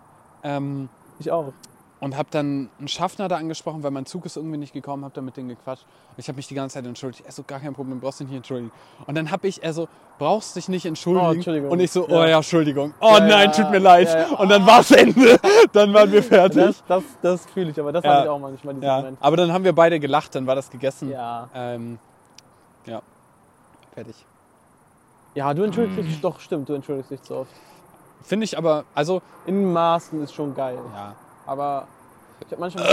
Ähm,
Ich auch.
Und habe dann einen Schaffner da angesprochen, weil mein Zug ist irgendwie nicht gekommen, habe dann mit denen gequatscht. Und ich habe mich die ganze Zeit entschuldigt. Er so, gar kein Problem, brauchst dich nicht entschuldigen. Und dann habe ich, er so, brauchst dich nicht entschuldigen.
Oh, Entschuldigung.
Und ich so,
Ja.
oh ja, Entschuldigung. Oh
ja,
nein, tut mir leid.
ja, ja.
Und dann war's Ende. Dann waren wir fertig.
Das, das, das fühle ich, aber das
Ja.
habe ich auch manchmal, diesen
Ja.
Moment.
Aber dann haben wir beide gelacht, dann war das gegessen.
Ja.
Ähm, ja. Fertig.
ja, du entschuldigst dich, doch stimmt, du entschuldigst dich zu oft.
Finde ich aber, also,
In Maßen ist schon geil,
ja.
aber ich habe manchmal...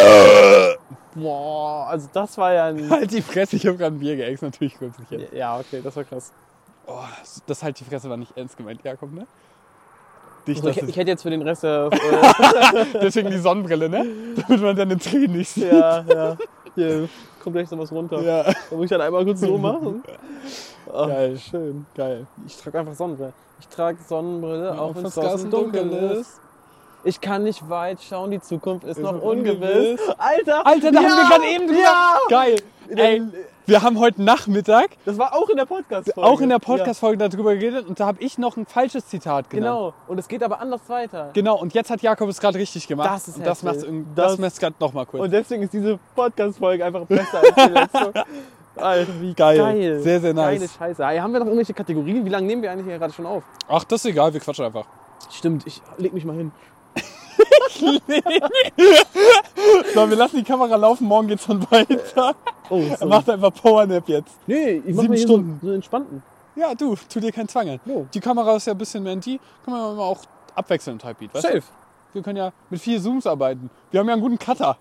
Boah, also das war ja ein...
Halt die Fresse, ich habe gerade ein Bier geäxt, natürlich kurz nicht jetzt.
Ja, okay, das war krass.
Oh, das- das halt die Fresse war nicht ernst gemeint, Jakob, ne? Dich,
Also ich,
das ist-
ich hätte jetzt für den Rest der... Äh,
Deswegen die Sonnenbrille, ne? Damit man deine Tränen nicht sieht.
ja, ja. Hier kommt gleich sowas runter.
Ja.
Da muss ich dann einmal kurz so machen. Oh,
Geil.
schön.
Geil.
Ich trage einfach Sonnenbrille. Ich trage Sonnenbrille, auch wenn es draußen dunkel
dunkel
ist. Ich kann nicht weit schauen, die Zukunft ist,
Ist
noch
noch
ungewiss.
ungewiss.
Alter!
Alter, da haben wir gerade eben drüber.
Ja!
Geil. Ey, wir haben heute Nachmittag
Das war auch in der Podcast-Folge.
auch in der
Ja,
Podcast-Folge darüber geredet und da habe ich noch ein falsches Zitat genannt.
genau. Und es geht aber anders weiter.
Genau, und jetzt hat Jakob es gerade richtig gemacht.
Das ist
und das
heftig.
macht das,
Das-
das macht's gerade nochmal kurz.
Und deswegen ist diese Podcast-Folge einfach besser als die letzte. Alter, wie
Geil.
geil.
Sehr, sehr nice.
Geile Scheiße. Hey, haben wir noch irgendwelche Kategorien? Wie lange nehmen wir eigentlich hier gerade schon auf?
Ach, das ist egal, wir quatschen einfach.
Stimmt, ich leg mich mal hin.
So, wir lassen die Kamera laufen, morgen geht's dann weiter.
Oh,
Er
sorry.
macht einfach Powernap jetzt.
Nee, ich mach
Sieben
mal hier
Stunden.
So, so einen entspannten.
Ja, du, tu dir keinen Zwang an.
Jo.
Die Kamera ist ja ein bisschen mehr in die, können wir mal auch abwechseln im Typebeat, weißt du? Wir können ja mit vier Zooms arbeiten. Wir haben ja einen guten Cutter.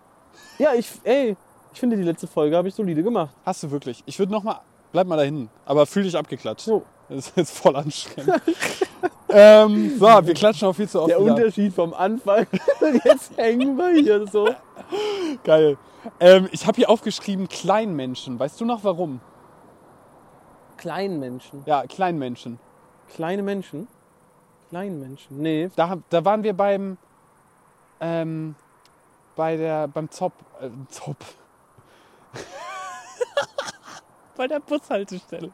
Ja, ich, ey, ich finde, die letzte Folge habe ich solide gemacht.
Hast du wirklich. Ich würde nochmal. Bleib mal da hinten. Aber fühl dich abgeklatscht.
Jo.
Das ist jetzt voll anstrengend. ähm, so, wir klatschen auch viel zu oft.
Der
wieder.
Unterschied vom Anfang. Jetzt hängen wir hier so.
Geil. Ähm, ich habe hier aufgeschrieben Kleinmenschen. Weißt du noch warum?
Kleinen Menschen.
Ja, Kleinmenschen.
Kleine Menschen? Kleinen Menschen. Nee.
Da, hab- da waren wir beim. Ähm, bei der. beim Zop. Äh, Zop. bei der Bushaltestelle.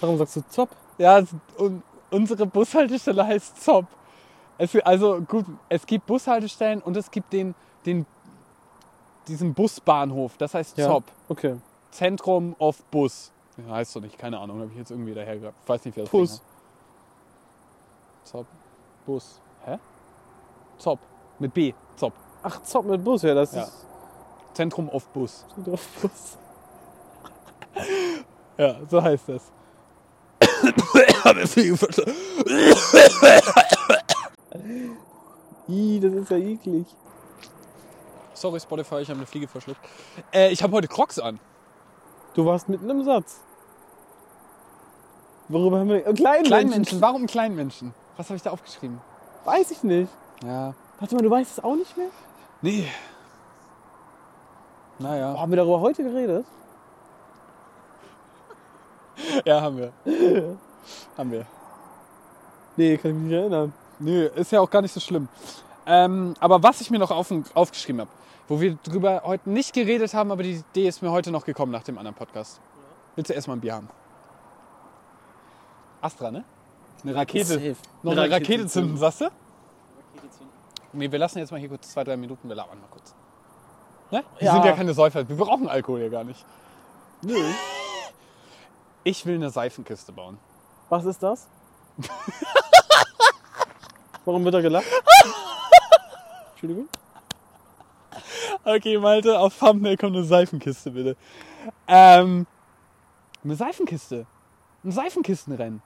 Warum sagst du Zopp?
Ja, es- un, unsere Bushaltestelle heißt Zopp. Es, also gut, es gibt Bushaltestellen und es gibt den, den, diesen Busbahnhof, das heißt Zopp.
Okay.
Zentrum of Bus. Ja, heißt doch nicht, keine Ahnung, habe ich jetzt irgendwie daher gehabt. Ich weiß nicht, wer das
Bus.
Ding heißt. Zopp. Bus. Hä? Zopp. Mit B. Zopp.
Ach, Zopp mit Bus, ja, das
Ja.
ist
Zentrum of Bus.
steht auf Bus.
Ja, so heißt das.
Ih, das ist ja eklig.
Sorry, Spotify, ich habe eine Fliege verschluckt. Äh, ich habe heute Crocs an.
Du warst mitten im Satz. Worüber haben wir. Oh, kleinen
Kleinmenschen. Warum Kleinmenschen? Was habe ich da aufgeschrieben?
Weiß ich nicht.
Ja.
Warte mal, du weißt es auch nicht mehr?
Nee.
Oh,
Naja.
haben wir darüber heute geredet?
Ja, haben wir. haben wir.
Nee, kann ich mich nicht erinnern.
Nö, ist ja auch gar nicht so schlimm. Ähm, aber was ich mir noch auf, aufgeschrieben habe, wo wir drüber heute nicht geredet haben, aber die Idee ist mir heute noch gekommen nach dem anderen Podcast. Willst du erstmal ein Bier haben? Astra, ne? Eine Rakete.
Safe.
Noch eine Rakete zünden, sagst du?
Rakete zünden.
Nee, wir lassen jetzt mal hier kurz zwei, drei Minuten, wir labern mal kurz. Ne? Wir
Ja.
sind ja keine Säufer, wir brauchen Alkohol ja gar nicht.
Nö.
Ich will eine Seifenkiste bauen.
Was ist das? Warum wird er gelacht? Entschuldigung.
Okay, Malte, auf Thumbnail kommt eine Seifenkiste, bitte. Ähm, eine Seifenkiste. Ein Seifenkistenrennen.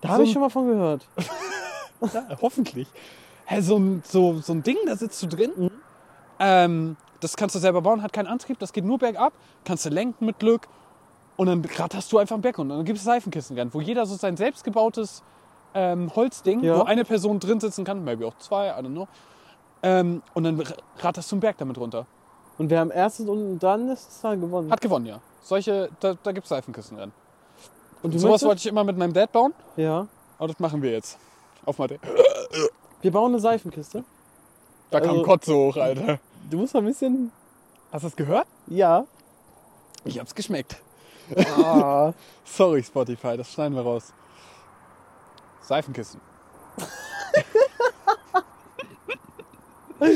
Da
So
habe ich
ein-
schon mal von gehört.
Ja, hoffentlich. Mhm. Hä, so, ein- so, so ein Ding, da sitzt du drin. Ähm, das kannst du selber bauen, hat keinen Antrieb, das geht nur bergab. Kannst du lenken mit Glück. Und dann ratterst du einfach einen Berg runter. Und dann gibt es Seifenkistenrennen, wo jeder so sein selbstgebautes ähm, Holzding,
Ja.
wo eine Person drin sitzen kann, maybe auch zwei, I don't know. Ähm, und dann r- ratterst du einen Berg damit runter.
Und wer am ersten und dann ist, ist dann gewonnen.
Hat gewonnen, ja. Solche, da, da gibt es Seifenkistenrennen.
und
Und sowas
möchtest-
wollte ich immer mit meinem Dad bauen,
Ja.
aber das machen wir jetzt. Auf mal, da
Wir bauen eine Seifenkiste.
kam
Also-
Kotze hoch, Alter.
Du musst ein bisschen.
Hast du es gehört?
Ja.
Ich hab's geschmeckt.
Ah.
Sorry, Spotify, das schneiden wir raus. Seifenkissen.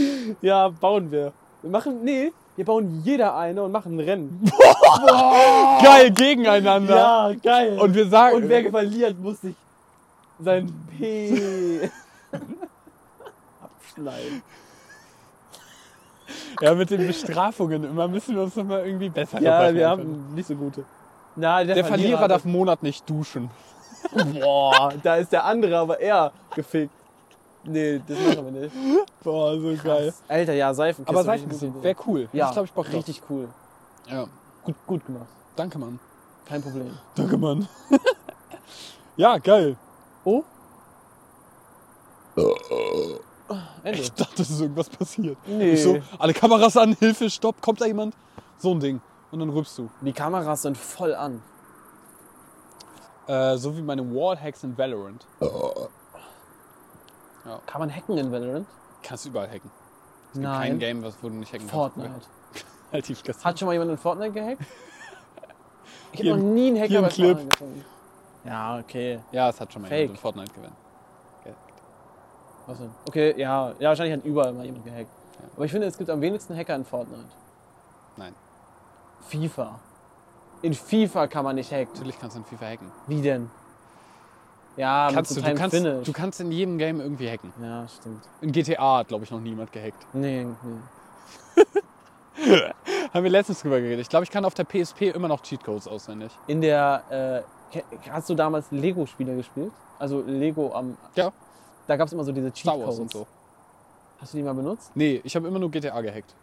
ja, bauen wir. Wir machen. Nee, wir bauen jeder eine und machen ein Rennen.
Geil, gegeneinander.
geil.
Und wir sagen.
Oh. Und wer verliert, muss sich sein P abschneiden.
ja, mit den Bestrafungen immer müssen wir uns nochmal irgendwie besser
Ja,
dabei
wir
finden.
haben nicht so gute. Na,
Der Verlierer darf einen Monat nicht duschen.
Boah, da ist der andere, aber er gefickt. Nee, das machen wir nicht.
Boah, so geil.
Alter, ja, Seifenkiste.
Aber
finde ich eine
Seifenkissen
gute
wäre
Idee.
cool.
Ja,
ich glaube, ich brauche
richtig cool.
Ja,
Gut, gut gemacht.
danke, Mann.
Kein Problem.
Danke, Mann. ja, geil.
Oh? Ende.
Ich dachte, es ist irgendwas passiert.
Nee.
Ich so, alle Kameras an, Hilfe, stopp, kommt da jemand? So ein Ding. Und dann rübst du.
Die Kameras sind voll an.
Äh, so wie meine Wallhacks in Valorant.
Kann man hacken in Valorant?
Kannst du überall hacken. Es gibt kein
Nein.
Game, was, wo du nicht hacken
Fortnite.
kannst. Halt die Fresse.
Hat schon mal jemand in Fortnite gehackt? Ich
Hier
habe noch nie einen
hier
Hacker
im
bei
Clip.
Fortnite gefunden. Ja, okay.
Ja, es hat schon mal
Fake.
jemand in Fortnite gewonnen.
Was denn? Okay, ja. Ja, wahrscheinlich hat überall mal jemand gehackt. Aber ich finde, es gibt am wenigsten Hacker in Fortnite.
Nein.
FIFA. In FIFA kann man nicht hacken.
Natürlich kannst du in FIFA hacken.
Wie denn? Ja,
Kannst du,
mit
du,
so
kannst,
Finish.
du kannst in jedem Game irgendwie hacken.
ja, stimmt.
In GTA hat, glaube ich, noch niemand gehackt.
Nee, nee.
Haben wir letztens drüber geredet. Ich glaube, ich kann auf der PSP immer noch Cheatcodes auswendig.
In der, äh, ke- hast du damals Lego-Spiele gespielt? Also Lego am,
Ja,
da gab es immer so diese
Star Wars
Cheatcodes.
und so.
Hast du die mal benutzt?
Nee, ich habe immer nur GTA gehackt.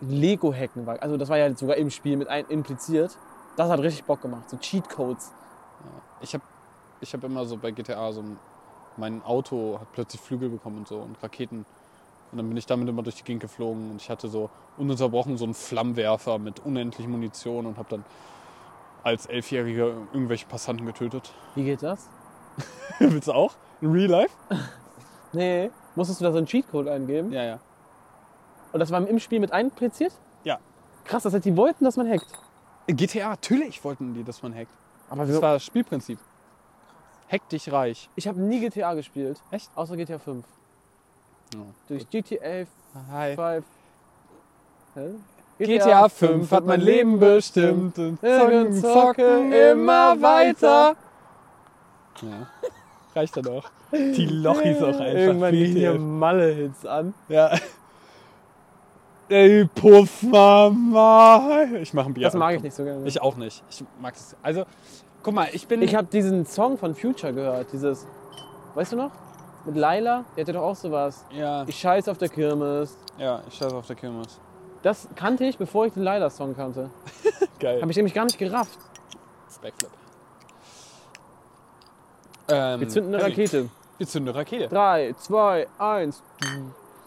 Lego-Hacken war, also das war ja sogar im Spiel mit ein impliziert. Das hat richtig Bock gemacht, so Cheatcodes.
Ich habe ich hab immer so bei GTA so ein- mein Auto hat plötzlich Flügel bekommen und so und Raketen. Und dann bin ich damit immer durch die Gegend geflogen und ich hatte so ununterbrochen so einen Flammenwerfer mit unendlich Munition und habe dann als Elfjähriger irgendwelche Passanten getötet.
Wie geht das?
Willst du auch? In real life?
Nee. Musstest du da so einen Cheatcode eingeben?
Ja, ja.
Und das war im Spiel mit einpliziert?
Ja.
Krass, das heißt, die wollten, dass man hackt.
In GTA, natürlich wollten die, dass man hackt.
Aber
Das war das Spielprinzip. Hack dich reich.
ich habe nie GTA gespielt.
Echt?
Außer GTA 5.
Ja.
Durch GTA
Hi.
5. Hä?
GTA 5 hat mein Leben bestimmt. Und Zocken, zocken immer weiter. Ja. Reicht dann auch. Die Lochis auch einfach.
Irgendwann gehen hier
BTF.
Malle-Hits an.
Ja. Ey, Puffmama. Ich mache ein Bier.
Das mag ich nicht so gerne.
Ich auch nicht. Ich mag es. Also, guck mal, ich bin.
Ich habe diesen Song von Future gehört, dieses, weißt du noch? Mit Laila, der hatte doch auch sowas.
ja,
Ich scheiß auf der Kirmes.
ja, ich scheiße auf der Kirmes.
Das kannte ich, bevor ich den Laila-Song kannte.
Geil.
Habe ich nämlich gar nicht gerafft.
Backflip. Ähm,
Wir zünden eine
heavy.
Rakete.
Wir zünden eine Rakete.
Drei, zwei, eins.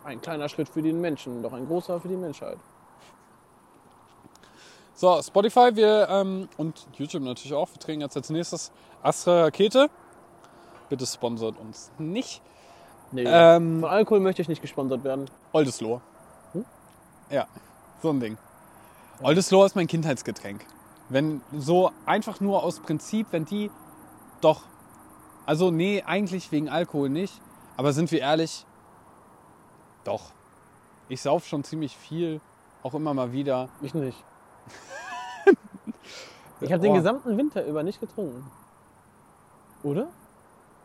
Ein kleiner Schritt für den Menschen, doch ein großer für die Menschheit.
So, Spotify wir, ähm, und YouTube natürlich auch. Wir trinken jetzt als nächstes Astra Rakete. Bitte sponsert uns nicht.
Nee.
Ähm,
Von Alkohol möchte ich nicht gesponsert werden.
Oldesloe.
Hm?
Ja, so ein Ding. Oldesloe ist mein Kindheitsgetränk. Wenn so einfach nur aus Prinzip, wenn die doch, also nee, eigentlich wegen Alkohol nicht, aber sind wir ehrlich, doch. Ich sauf schon ziemlich viel, auch immer mal wieder.
Ich nicht. Ich habe den
Oh,
gesamten Winter über nicht getrunken. Oder?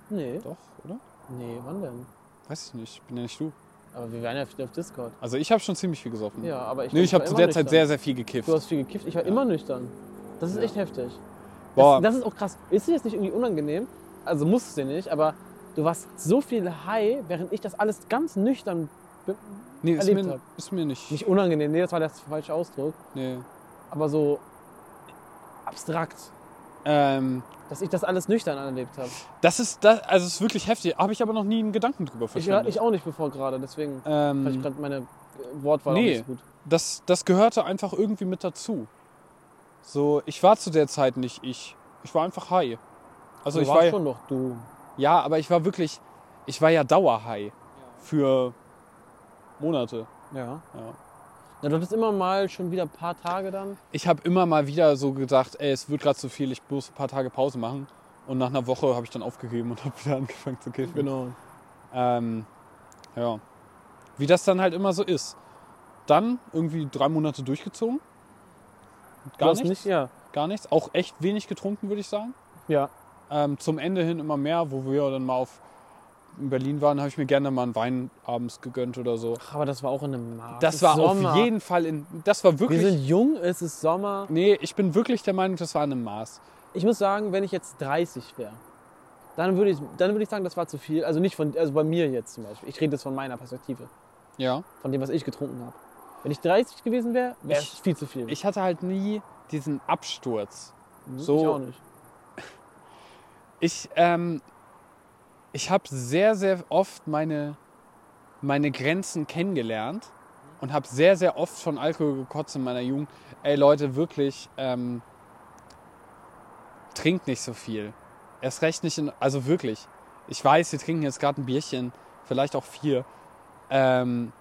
Nee.
Doch, oder?
Nee, wann denn?
Weiß ich nicht, bin ja nicht du.
Aber wir waren ja viel auf Discord.
Also ich habe schon ziemlich viel gesoffen.
Ja, aber ich.
nee, ich habe
war
zu
immer
der Zeit
nüchtern.
sehr, sehr viel gekifft.
Du hast viel gekifft. Ich war immer nüchtern. Das ist echt heftig.
Boah.
Das, das ist auch krass. Ist dir das nicht irgendwie unangenehm? Also musst es dir nicht, aber du warst so viel high, während ich das alles ganz nüchtern. be-
nee, ist
erlebt
mir,
hab.
ist mir nicht.
Nicht unangenehm, nee, das war der falsche Ausdruck.
Nee.
Aber so abstrakt,
Ähm,
dass ich das alles nüchtern erlebt habe.
Das ist, das, also es ist wirklich heftig. Habe ich aber noch nie einen Gedanken drüber
Ich,
verschwendet.
ich auch nicht bevor gerade, deswegen
ähm,
fand ich gerade meine äh, Wortwahl
Nee.
auch nicht gut.
das, das gehörte einfach irgendwie mit dazu. So, ich war zu der Zeit nicht ich. Ich war einfach high. Also
du
ich
warst
war,
schon noch du.
ja, aber ich war wirklich, ich war ja dauerhigh für Monate.
Ja.
Ja.
Na, du hattest immer mal schon wieder ein paar Tage dann.
Ich habe immer mal wieder so gedacht, ey, es wird gerade zu viel, ich muss ein paar Tage Pause machen. Und nach einer Woche habe ich dann aufgegeben und habe wieder angefangen zu kiffen.
Genau.
Ähm, ja. Wie das dann halt immer so ist. Dann irgendwie drei Monate durchgezogen.
Du
Gar
hast
nichts,
nicht, ja.
gar nichts. Auch echt wenig getrunken, würde ich sagen.
Ja.
Ähm, zum Ende hin immer mehr, wo wir dann mal auf in Berlin waren, habe ich mir gerne mal einen Wein abends gegönnt oder so.
Ach, aber das war auch in einem Markt.
Das
Im
war
Sommer.
auf jeden Fall in. Das war
Wir
wirklich.
sind jung, es ist Sommer.
nee, ich bin wirklich der Meinung, das war in einem Maß.
Ich muss sagen, wenn ich jetzt 30 wäre, dann würde ich, dann würde ich sagen, das war zu viel. Also nicht von, also bei mir jetzt zum Beispiel. Ich rede jetzt von meiner Perspektive,
Ja.
von dem, was ich getrunken habe. Wenn ich 30 gewesen wäre, wäre es
Ich-
viel zu viel.
Ich hatte halt nie diesen Absturz.
Mhm,
so-
ich auch nicht.
Ich, ähm, ich habe sehr, sehr oft meine, meine Grenzen kennengelernt und habe sehr, sehr oft von Alkohol gekotzt in meiner Jugend. Ey Leute, wirklich, ähm, trinkt nicht so viel. Erst recht nicht, in, also wirklich. Ich weiß, wir trinken jetzt gerade ein Bierchen, vielleicht auch vier, ähm,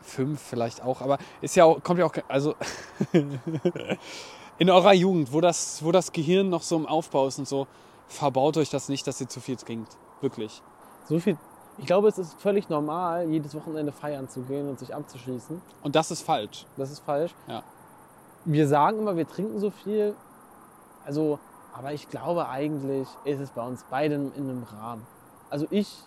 fünf vielleicht auch, aber ist ja auch, kommt ja auch, also in eurer Jugend, wo das, wo das Gehirn noch so im Aufbau ist und so, verbaut euch das nicht, dass ihr zu viel trinkt. Wirklich.
So viel. Ich glaube, es ist völlig normal, jedes Wochenende feiern zu gehen und sich abzuschießen.
Und das ist falsch.
Das ist falsch.
Ja.
Wir sagen immer, wir trinken so viel. Also, aber ich glaube eigentlich ist es bei uns beiden in einem Rahmen. Also ich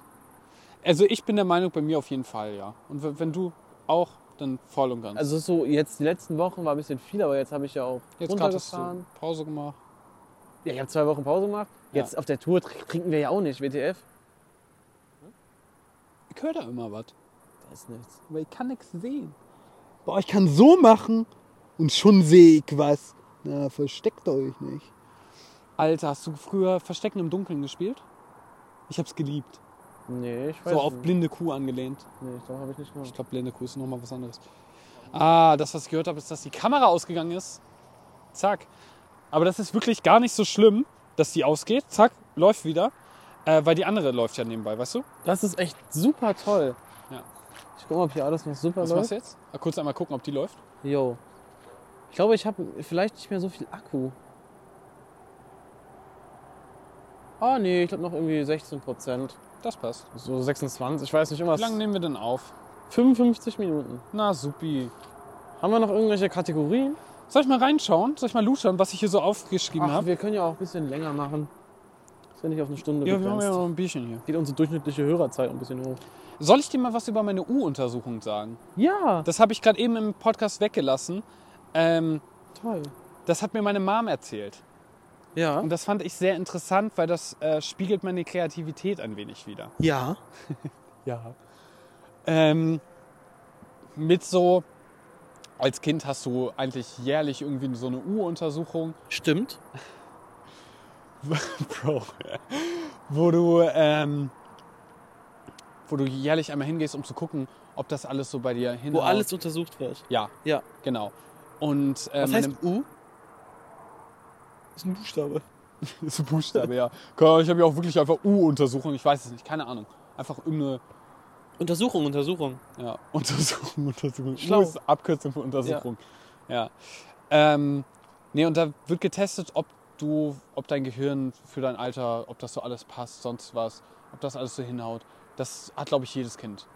Also ich bin der Meinung, bei mir auf jeden Fall, ja. Und w- wenn du auch, dann voll und ganz.
Also es ist so jetzt die letzten Wochen war ein bisschen viel, aber jetzt habe ich ja auch
Jetzt gerade hast du
runtergefahren.
Pause gemacht.
Ja, ich habe zwei Wochen Pause gemacht.
Ja.
Jetzt auf der Tour tr- trinken wir ja auch nicht, WTF.
Ich höre da immer was.
Da ist nichts.
Aber ich kann nichts sehen. Boah, ich kann so machen und schon sehe ich was. Na, versteckt euch nicht. Alter, hast du früher Verstecken im Dunkeln gespielt? Ich hab's geliebt.
Nee, ich weiß
So auf
nicht.
blinde Kuh angelehnt.
Nee, so habe ich nicht
Ich
gemacht.
glaube, Blende Kuh ist nochmal was anderes. Ah, das, was ich gehört habe, ist, dass die Kamera ausgegangen ist. Zack. Aber das ist wirklich gar nicht so schlimm, dass die ausgeht. Zack, läuft wieder. Äh, weil die andere läuft ja nebenbei, weißt du?
Das ist echt super toll.
Ja.
Ich guck mal, ob hier alles noch super
Was machst
läuft.
du jetzt? Ah, kurz einmal gucken, ob die läuft.
Yo. Ich glaube, ich habe vielleicht nicht mehr so viel Akku. Ah, nee, ich glaube noch irgendwie 16 Prozent.
Das passt.
So 26, ich weiß nicht, irgendwas.
Wie lange nehmen wir denn auf?
55 Minuten.
Na, supi.
Haben wir noch irgendwelche Kategorien?
Soll ich mal reinschauen? Soll ich mal luschern, was ich hier so aufgeschrieben
Ach,
habe?
wir können ja auch ein bisschen länger machen. Ist ja nicht auf eine Stunde
Ja, wir haben
begrenzt.
ja noch ein Bierchen hier.
Geht unsere durchschnittliche Hörerzeit ein bisschen hoch.
Soll ich dir mal was über meine U-Untersuchung sagen?
Ja,
Das habe ich gerade eben im Podcast weggelassen. Ähm,
toll.
das hat mir meine Mom erzählt.
Ja.
Und das fand ich sehr interessant, weil das äh, spiegelt meine Kreativität ein wenig wieder.
Ja.
Ja. Ähm, mit so, als Kind hast du eigentlich jährlich irgendwie so eine U-Untersuchung.
Stimmt.
Bro. wo du, ähm, wo du
Genau.
jährlich einmal hingehst, um zu gucken, ob das alles so bei dir hinhaut.
untersucht wird.
Ja,
Ja.
genau. Und äh,
Was
meine-
heißt U? Ist ein Buchstabe.
Das ist ein Buchstabe, ja. Keine Ahnung, Ich habe ja auch wirklich einfach U-Untersuchung, ich weiß es nicht, keine Ahnung. Einfach irgendeine
Untersuchung, Untersuchung.
ja, Untersuchung, Untersuchung.
Schlau.
U ist Abkürzung für Untersuchung. Ja. Ähm, nee, und da wird getestet, ob du, ob dein Gehirn für dein Alter, ob das so alles passt, sonst was, ob das alles so hinhaut. Das hat, glaube ich, jedes Kind.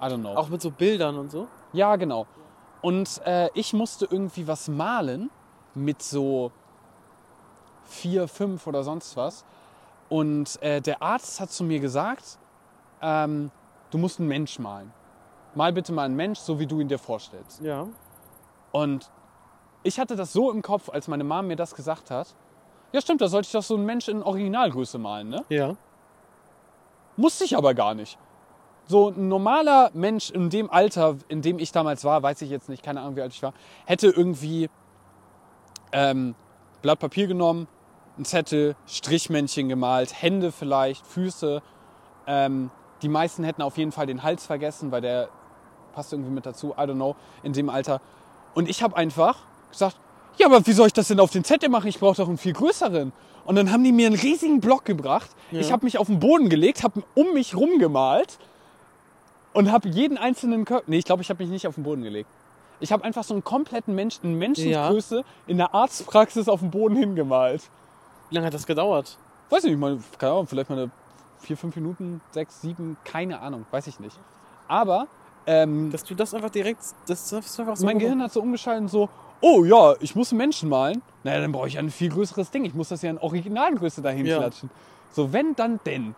I don't know.
Auch mit so Bildern und so.
Ja, genau. Und äh, ich musste irgendwie was malen mit so vier, fünf oder sonst was. Und äh, der Arzt hat zu mir gesagt, ähm, du musst einen Mensch malen. Mal bitte mal einen Mensch, so wie du ihn dir vorstellst.
Ja.
Und ich hatte das so im Kopf, als meine Mom mir das gesagt hat. Ja, stimmt, da sollte ich doch so einen Mensch in Originalgröße malen, ne?
Ja.
Musste ich aber gar nicht. So ein normaler Mensch in dem Alter, in dem ich damals war, weiß ich jetzt nicht, keine Ahnung, wie alt ich war, hätte irgendwie ähm, Blatt Papier genommen, einen Zettel, Strichmännchen gemalt, Hände vielleicht, Füße. Ähm, die meisten hätten auf jeden Fall den Hals vergessen, weil der passt irgendwie mit dazu, I don't know, in dem Alter. Und ich habe einfach gesagt, ja, aber wie soll ich das denn auf den Zettel machen? Ich brauche doch einen viel größeren. Und dann haben die mir einen riesigen Block gebracht. Ich habe mich auf den Boden gelegt, habe um mich rumgemalt und habe jeden einzelnen Körper... Nee, ich glaube, ich habe mich nicht auf den Boden gelegt. Ich habe einfach so einen kompletten Menschen, eine Menschengröße in der Arztpraxis auf den Boden hingemalt.
Wie lange hat das gedauert?
Weiß ich nicht, mal, keine Ahnung, vielleicht mal eine vier, fünf Minuten, sechs, sieben, keine Ahnung, weiß ich nicht. Aber ähm,
Dass du das einfach direkt. Das ist einfach so.
mein Gehirn hat so umgeschaltet und so, oh ja, ich muss einen Menschen malen. Naja, dann brauche ich ein viel größeres Ding. Ich muss das ja in Originalgröße dahin
Ja.
klatschen. So, wenn, dann, denn.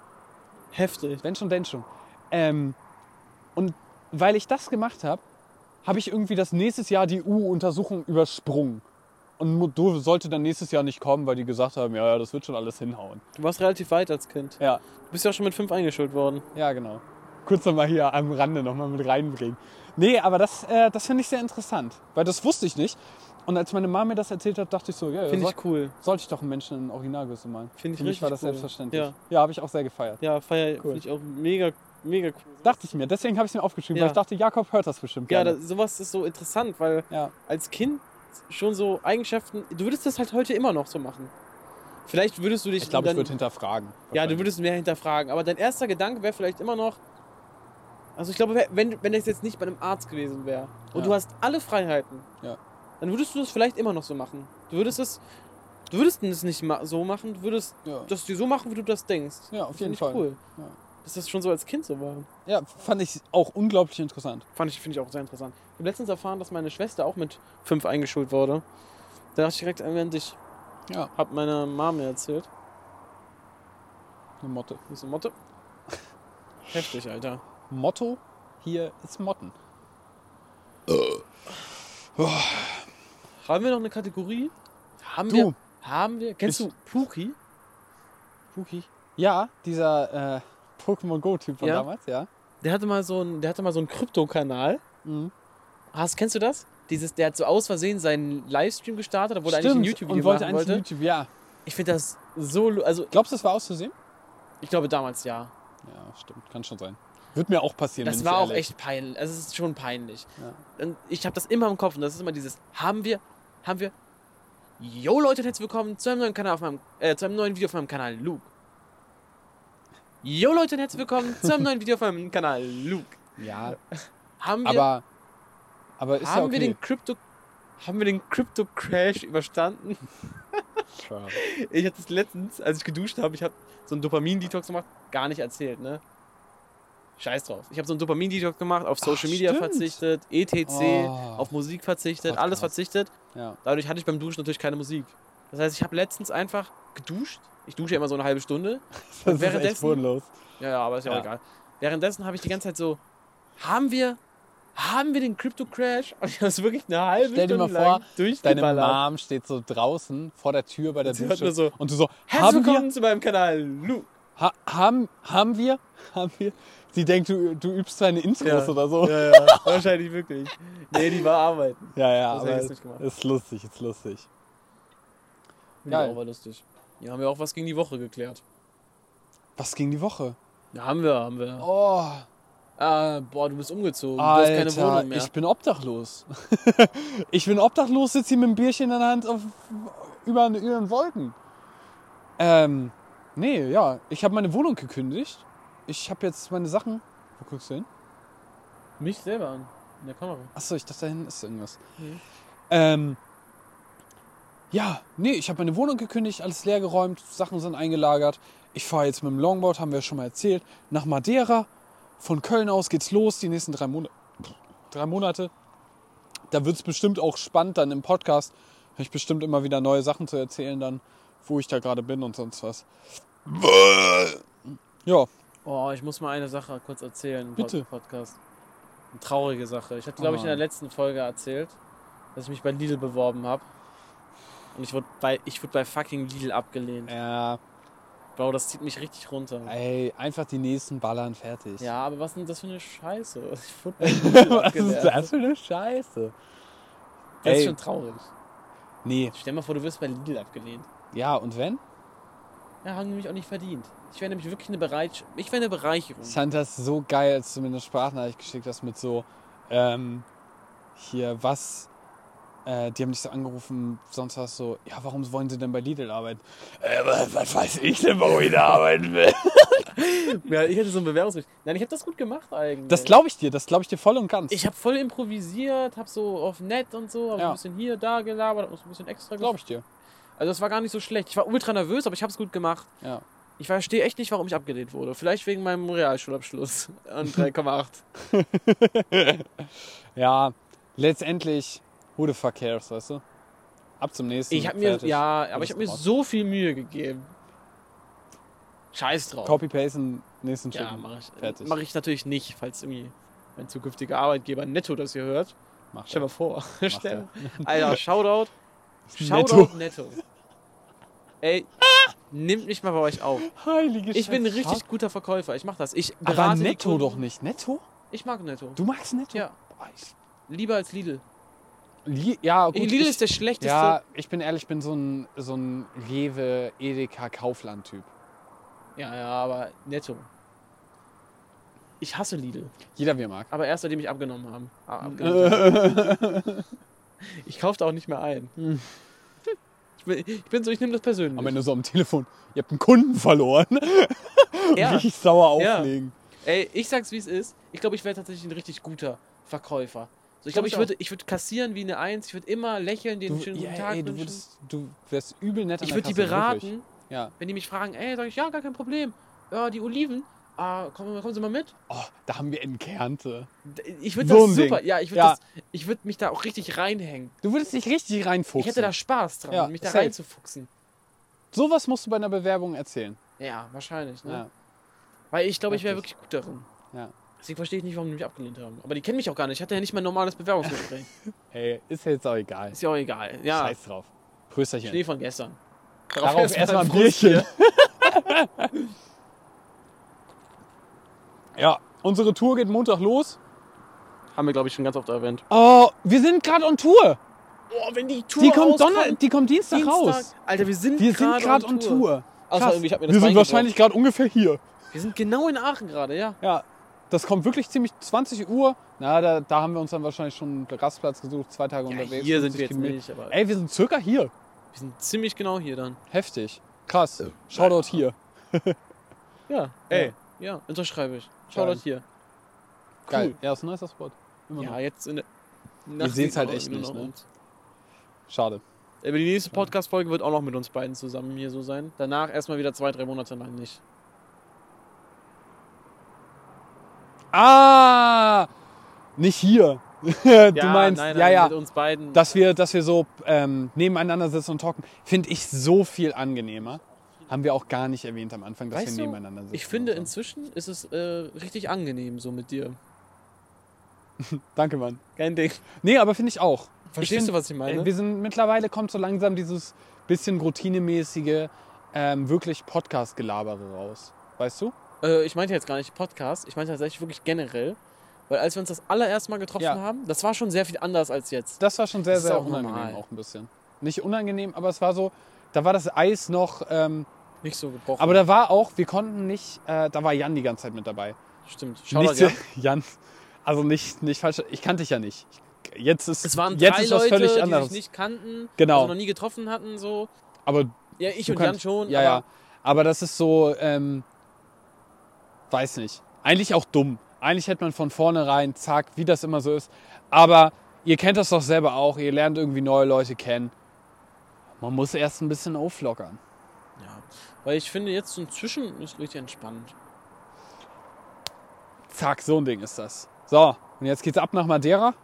Heftig.
Wenn schon, denn schon. Ähm, und weil ich das gemacht habe, habe ich irgendwie das nächstes Jahr die U-Untersuchung übersprungen. Und Mo- du sollte dann nächstes Jahr nicht kommen, weil die gesagt haben, ja, ja, das wird schon alles hinhauen.
Du warst relativ weit als Kind.
Ja,
Du bist ja auch schon mit fünf eingeschult worden.
ja, genau. Kurz nochmal hier am Rande nochmal mit reinbringen. Nee, aber das, äh, das finde ich sehr interessant, weil das wusste ich nicht. Und als meine Mama mir das erzählt hat, dachte ich so, ja, ja
Finde
soll,
ich cool.
sollte ich doch einen Menschen in Originalgröße malen.
Finde ich
Für mich war
richtig
das
cool.
selbstverständlich.
Ja.
Ja, ja habe ich auch sehr gefeiert.
Ja, feier
Cool.
finde ich auch mega, mega cool.
Dachte ich mir, deswegen habe ich es mir aufgeschrieben,
Ja.
weil ich dachte, Jakob hört das bestimmt
Ja,
gerne.
das, sowas ist so interessant, weil
ja.
als Kind schon so Eigenschaften. Du würdest das halt heute immer noch so machen. Vielleicht würdest du dich
Ich glaube, ich
dann.
würde hinterfragen.
ja, du würdest mehr hinterfragen. Aber dein erster Gedanke wäre vielleicht immer noch. Also ich glaube, wär- wenn, wenn das jetzt nicht bei einem Arzt gewesen wäre und
Ja.
du hast alle Freiheiten,
Ja.
dann würdest du das vielleicht immer noch so machen. Du würdest es. Du würdest es nicht ma- so machen, du würdest
Ja.
das dir so machen, wie du das denkst.
Ja, auf
Das
jeden
find ich
Fall.
Cool.
Ja.
Dass das schon so als Kind so war.
ja, fand ich auch unglaublich interessant.
Fand ich, finde ich auch sehr interessant. Ich habe letztens erfahren, dass meine Schwester auch mit fünf eingeschult wurde. Da dachte ich direkt an dich.
Ja.
Hat meine Mama mir erzählt.
Eine Motte.
Das ist eine Motte. Heftig, Alter.
Motto hier ist Motten.
Haben wir noch eine Kategorie? Haben
Du.
wir. Haben wir. Kennst
Ich-
du Puki? Puki?
Ja, dieser äh, Pokémon Go-Typ von
Ja.
damals, ja.
Der hatte mal so einen, der hatte mal so einen Krypto-Kanal.
Mhm.
Hast, kennst du das? Dieses, der hat so aus Versehen seinen Livestream gestartet, obwohl er eigentlich ein YouTube-Video
und
machen
wollte
wollte.
eigentlich ein YouTube, ja.
Ich finde das so, lu- also
Glaubst du, das war auszusehen?
ich glaube damals ja.
Ja, stimmt, kann schon sein. Wird mir auch passieren.
Das
bin
war
ich
auch
ehrlich.
echt peinlich. Also es ist schon peinlich.
Ja.
Und ich habe das immer im Kopf und das ist immer dieses, haben wir, haben wir. Yo Leute und herzlich willkommen zu einem neuen Kanal auf meinem, äh, zu einem neuen Video auf meinem Kanal Luke. Yo Leute und herzlich willkommen zu einem neuen Video auf meinem Kanal Luke.
Ja,
Haben wir,
aber. Aber ist
haben
ja okay.
wir den Crypto, haben wir den Crypto Crash überstanden?
Sure.
Ich hatte es letztens, als ich geduscht habe, ich habe so einen Dopamin-Detox gemacht, gar nicht erzählt, ne? Scheiß drauf. Ich habe so einen Dopamin-Detox gemacht, auf Social
Ach,
Media
stimmt.
verzichtet, ETC,
Oh.
auf Musik verzichtet,
Podcast.
alles verzichtet.
Ja.
Dadurch hatte ich beim Duschen natürlich keine Musik. Das heißt, ich habe letztens einfach geduscht. Ich dusche ja immer so eine halbe Stunde.
Das ist echt
währenddessen-
bodenlos.
Ja, ja, aber ist ja,
Ja.
auch egal. Währenddessen habe ich die ganze Zeit so, haben wir, haben wir den Crypto Crash? Und ich habe es wirklich eine halbe
Stell dir
Stunde
mal vor,
lang
Deine
durchgeballert.
Mom steht so draußen vor der Tür bei der
Sie hört
Dusche.
nur so,
und du so,
Herzlich
haben wir,
willkommen zu meinem Kanal Luke.
ha, haben, haben wir, haben wir. Sie denkt, du, du übst deine Intros oder so.
Ja, ja, wahrscheinlich wirklich. Nee, die war arbeiten.
Ja, ja,
Das hätte ich
aber
jetzt nicht gemacht.
ist lustig, ist lustig.
Ja,
Geil.
aber lustig. Ja, haben wir auch was gegen die Woche geklärt.
Was ging die Woche?
Ja, haben wir, haben wir.
Oh,
Ah, boah, du bist umgezogen. du hast keine
Alter,
Wohnung mehr.
ich bin obdachlos. ich bin obdachlos, sitze hier mit einem Bierchen in der Hand auf, über, über den Wolken. Ähm, nee, ja, ich habe meine Wohnung gekündigt. Ich habe jetzt meine Sachen. Wo guckst du hin?
Mich selber an. In der Kamera.
Achso, ich dachte, da hinten ist irgendwas.
Nee.
Ähm, ja, nee, ich habe meine Wohnung gekündigt, alles leergeräumt, Sachen sind eingelagert. Ich fahre jetzt mit dem Longboard, haben wir schon mal erzählt, nach Madeira. Von Köln aus geht's los, die nächsten drei, Monate. drei Monate. Da wird's bestimmt auch spannend dann im Podcast. Habe ich bestimmt immer wieder neue Sachen zu erzählen, dann, wo ich da gerade bin und sonst was. Ja,
Oh, ich muss mal eine Sache kurz erzählen im
Bitte.
Pod- Podcast. Eine traurige Sache. Ich hatte, glaube ich, in der
Mann.
letzten Folge erzählt, dass ich mich bei Lidl beworben habe. Und ich wurde bei, ich wurde bei fucking Lidl abgelehnt.
äh,
Wow, das zieht mich richtig runter.
ey, einfach die nächsten ballern fertig.
Ja, aber was ist denn das für eine Scheiße? Ich wurde bei Lidl
Was ist
abgelehnt.
das für eine Scheiße?
Das ist
Ey.
schon traurig.
Nee,
Stell dir mal vor, du wirst bei Lidl abgelehnt.
ja, und wenn?
Ja, haben die mich auch nicht verdient. Ich wäre nämlich wirklich eine Bereich... Ich wäre eine Bereicherung.
Ich fand das so geil, als du mir eine Sprachnachricht geschickt hast mit so, ähm, hier, was, äh, die haben dich so angerufen, sonst was so, ja, warum wollen sie denn bei Lidl arbeiten? Äh, was, was weiß ich denn, warum ich da arbeiten will?
Ja, ich hätte so ein Bewerbungsgespräch. Nein, ich habe das gut gemacht eigentlich.
Das glaube ich dir, das glaube ich dir voll und ganz.
Ich habe voll improvisiert, habe so auf nett und so, hab
Ja.
ein bisschen hier, da gelabert, hab ein bisschen extra
glaube ich dir.
gef- Also es war gar nicht so schlecht. Ich war ultra nervös, aber ich habe es gut gemacht.
Ja.
Ich verstehe echt nicht, warum ich abgelehnt wurde. Vielleicht wegen meinem Realschulabschluss an 3,8.
ja, letztendlich, who the fuck cares, weißt du? Ab zum nächsten.
ich habe mir,
fertig.
ja, aber
Alles
ich habe mir
raus.
so viel Mühe gegeben. Scheiß drauf.
Copy-pasten, nächsten Schritt.
ja, mache ich, äh,
Fertig.
mach ich natürlich nicht, falls irgendwie mein zukünftiger Arbeitgeber Netto das hier hört.
Mach
Stell mal vor. Stell.
er.
Alter, Shoutout.
Netto.
Shoutout Netto. Ey, nimmt mich mal bei euch auf.
Heilige
Ich bin ein
Scheiße.
richtig guter Verkäufer. Ich mache das. Ich berate
Aber
die
netto
Kunden.
doch nicht. Netto?
Ich mag Netto.
Du magst netto?
Ja.
Boah, ich-
Lieber als Lidl.
Li- Ja, gut.
Lidl
ich,
ist der schlechteste.
ja, ich bin ehrlich, ich bin so ein, so ein Rewe, Edeka, Kaufland-Typ.
ja, ja, aber Netto. Ich hasse Lidl.
Jeder, wie er mag.
Aber erst, weil die mich abgenommen haben. Ah, abgenommen haben. ich kaufe da auch nicht mehr ein.
Hm.
Ich bin, ich bin so, ich nehme das persönlich.
Am Ende so am Telefon, ihr habt einen Kunden verloren.
Ja.
Richtig sauer
Ja.
auflegen.
Ey, ich sag's wie es ist. Ich glaube, ich wäre tatsächlich ein richtig guter Verkäufer. So, ich
Glaub
glaube,
ich
ich würde, ich würde kassieren wie eine Eins. Ich würde immer lächeln, den
Du,
schönen
ja,
guten Tag
ey, du,
wünschen.
würdest, du wärst übel nett an
ich
der
würde die
Kasse,
beraten.
wirklich. Ja.
Wenn die mich fragen, ey, sag ich, ja, gar kein Problem. Ja, die Oliven. Ah, kommen, kommen Sie mal mit.
Oh, da haben wir in Kärnte.
D- Ich würde
So
das
ein
super.
Ding.
Ja, ich würde
Ja.
das. Ich würde mich da auch richtig reinhängen.
Du würdest dich richtig
Ich
reinfuchsen.
hätte da Spaß dran,
Ja,
mich da
safe.
reinzufuchsen.
Sowas musst du bei einer Bewerbung erzählen.
Ja, wahrscheinlich. Ne?
Ja.
Weil ich glaube, ich wäre
Heftig.
wirklich gut darin.
Ja.
Deswegen verstehe ich nicht, warum die mich abgelehnt haben. Aber die kennen mich auch gar nicht. Ich hatte ja nicht mal ein normales Bewerbungsgespräch.
Hey, ist ja jetzt auch egal.
Ist ja auch egal. Ja,
Scheiß drauf. Prösterchen.
Schnee von gestern.
Darauf erstmal ein
Brust
Bierchen. ja, unsere Tour geht Montag los.
hier. Haben wir, glaube ich, schon ganz oft erwähnt.
Oh, wir sind gerade on Tour.
Oh, wenn die Tour
Die kommt,
rauskommt,
Donner die kommt Dienstag,
Dienstag.
raus.
Alter, wir sind
Wir sind gerade
on
on Tour.
Außer
Krass.
irgendwie, ich hab mir das
wir
Bein
sind wahrscheinlich gerade ungefähr hier.
Wir sind genau in Aachen gerade, ja.
Ja, das kommt wirklich ziemlich 20 Uhr. Na, da, da haben wir uns dann wahrscheinlich schon einen Rastplatz gesucht, zwei Tage unterwegs.
hier sind
50
wir jetzt
Kilometer.
nicht, aber
Ey, wir sind circa hier.
wir sind ziemlich genau hier dann.
Heftig. Krass. Shoutout hier.
Ja, ey. Ja, unterschreibe ich. Schau
Geil.
dort hier.
Geil. Ja, ist ein nicer Spot. Immer
Ja,
noch.
jetzt in der
Ihr
Nacht
seht's
sieht man
halt echt
nur
nicht,
noch
ne?
uns.
Schade.
Aber die nächste Podcast-Folge wird auch noch mit uns beiden zusammen hier so sein. Danach erstmal wieder zwei, drei Monate lang nicht.
Ah, nicht hier. du meinst,
nein,
ja,
nein,
ja,
mit uns beiden.
dass wir, dass wir so ähm, nebeneinander sitzen und talken, finde ich so viel angenehmer. Haben wir auch gar nicht erwähnt am Anfang, dass
Weißt
wir
du,
nebeneinander sitzen.
ich finde,
und so.
inzwischen ist es äh, richtig angenehm so mit dir.
Danke, Mann.
Kein Ding.
Nee, aber finde ich auch.
Verstehst du, was ich meine?
Äh, wir sind mittlerweile kommt so langsam dieses bisschen routinemäßige, ähm, wirklich Podcast-Gelabere raus. Weißt du?
Äh, ich meinte jetzt gar nicht Podcast, ich meinte tatsächlich wirklich generell. Weil als wir uns das allererste Mal getroffen
Ja.
haben, das war schon sehr viel anders als jetzt.
Das war schon sehr,
Das ist
sehr
auch
unangenehm
normal.
auch ein bisschen. Nicht unangenehm, aber es war so, da war das Eis noch. Ähm,
Nicht so gebrochen.
Aber da war auch, wir konnten nicht, äh, da war Jan die ganze Zeit mit dabei.
Stimmt.
nicht,
Jan.
Jan, also nicht, nicht falsch. Ich kannte dich ja nicht. Jetzt ist
Es waren
jetzt
drei
ist was
Leute,
völlig
die
anderes.
sich nicht kannten,
Genau.
also noch nie getroffen hatten. So.
aber
Ja, ich
du
und
kannst-
Jan schon.
Ja,
aber
ja. Aber das ist so, ähm, weiß nicht. Eigentlich auch dumm. Eigentlich hätte man von vornherein, zack, wie das immer so ist. Aber ihr kennt das doch selber auch. Ihr lernt irgendwie neue Leute kennen. Man muss erst ein bisschen auflockern.
Ja, weil ich finde jetzt so inzwischen ist richtig entspannt.
Zack, so ein Ding ist das. So, und jetzt geht's ab nach Madeira.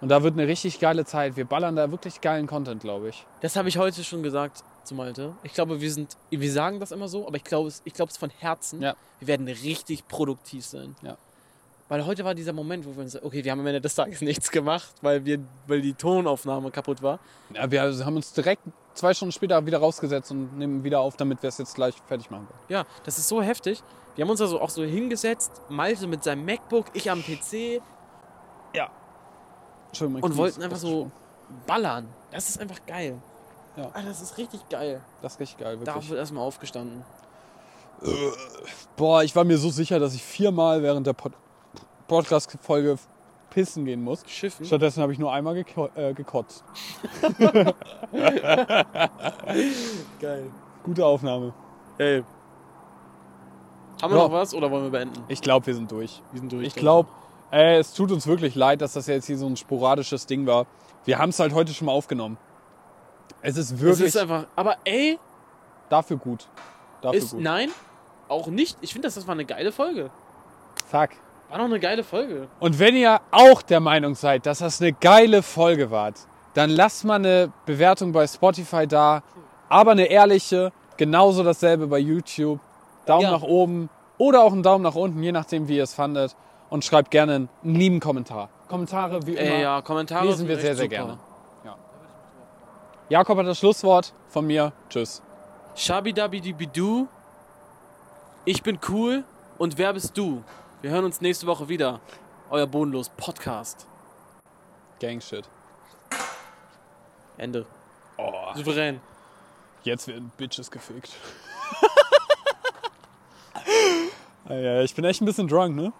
Und da wird eine richtig geile Zeit. Wir ballern da wirklich geilen Content, glaube ich.
Das habe ich heute schon gesagt zu Malte. Ich glaube, wir sind, wir sagen das immer so, aber ich glaube es, ich glaube es von Herzen.
Ja.
Wir werden richtig produktiv sein.
Ja.
Weil heute war dieser Moment, wo wir uns, okay, wir haben am Ende des Tages nichts gemacht, weil wir, weil die Tonaufnahme kaputt war.
Ja, wir haben uns direkt zwei Stunden später wieder rausgesetzt und nehmen wieder auf, damit wir es jetzt gleich fertig machen können.
Ja, das ist so heftig. Wir haben uns also auch so hingesetzt, Malte mit seinem MacBook, ich am PC
Entschuldigung, mein
und
Knie
wollten
ist
einfach so ballern. Das ist einfach geil.
Ja.
Ah, das ist richtig geil.
Das ist richtig geil, wirklich.
Da wird erstmal aufgestanden.
Boah, ich war mir so sicher, dass ich viermal während der Pod Podcast-Folge pissen gehen muss.
Schiffen.
Stattdessen habe ich nur einmal geko äh, gekotzt.
Geil.
Gute Aufnahme.
Hey. Haben wir
Ja.
noch was oder wollen wir beenden?
Ich glaube, wir sind durch.
Wir sind durch.
Ich glaube, äh, es tut uns wirklich leid, dass das jetzt hier so ein sporadisches Ding war. Wir haben es halt heute schon mal aufgenommen. Es ist
es
wirklich
ist einfach. Aber ey,
dafür gut. Dafür
ist,
gut.
nein, auch nicht. Ich finde, das, das war eine geile Folge.
Zack.
War noch eine geile Folge.
Und wenn ihr auch der Meinung seid, dass das eine geile Folge war, dann lasst mal eine Bewertung bei Spotify da, aber eine ehrliche, genauso dasselbe bei YouTube. Daumen
Ja.
nach oben oder auch einen Daumen nach unten, je nachdem, wie ihr es fandet. Und schreibt gerne einen lieben Kommentar. Kommentare wie immer.
Ey, Äh, ja, Kommentare
Lesen wir
sind
sehr,
echt
sehr gerne.
super.
Jakob hat das Schlusswort von mir. Tschüss.
Shabidabidibidu. Ich bin cool und wer bist du? Wir hören uns nächste Woche wieder. Euer Bodenlos Podcast.
Gangshit.
Ende.
Oh,
Souverän.
jetzt werden Bitches gefickt. Ah ja, ich bin echt ein bisschen drunk, ne?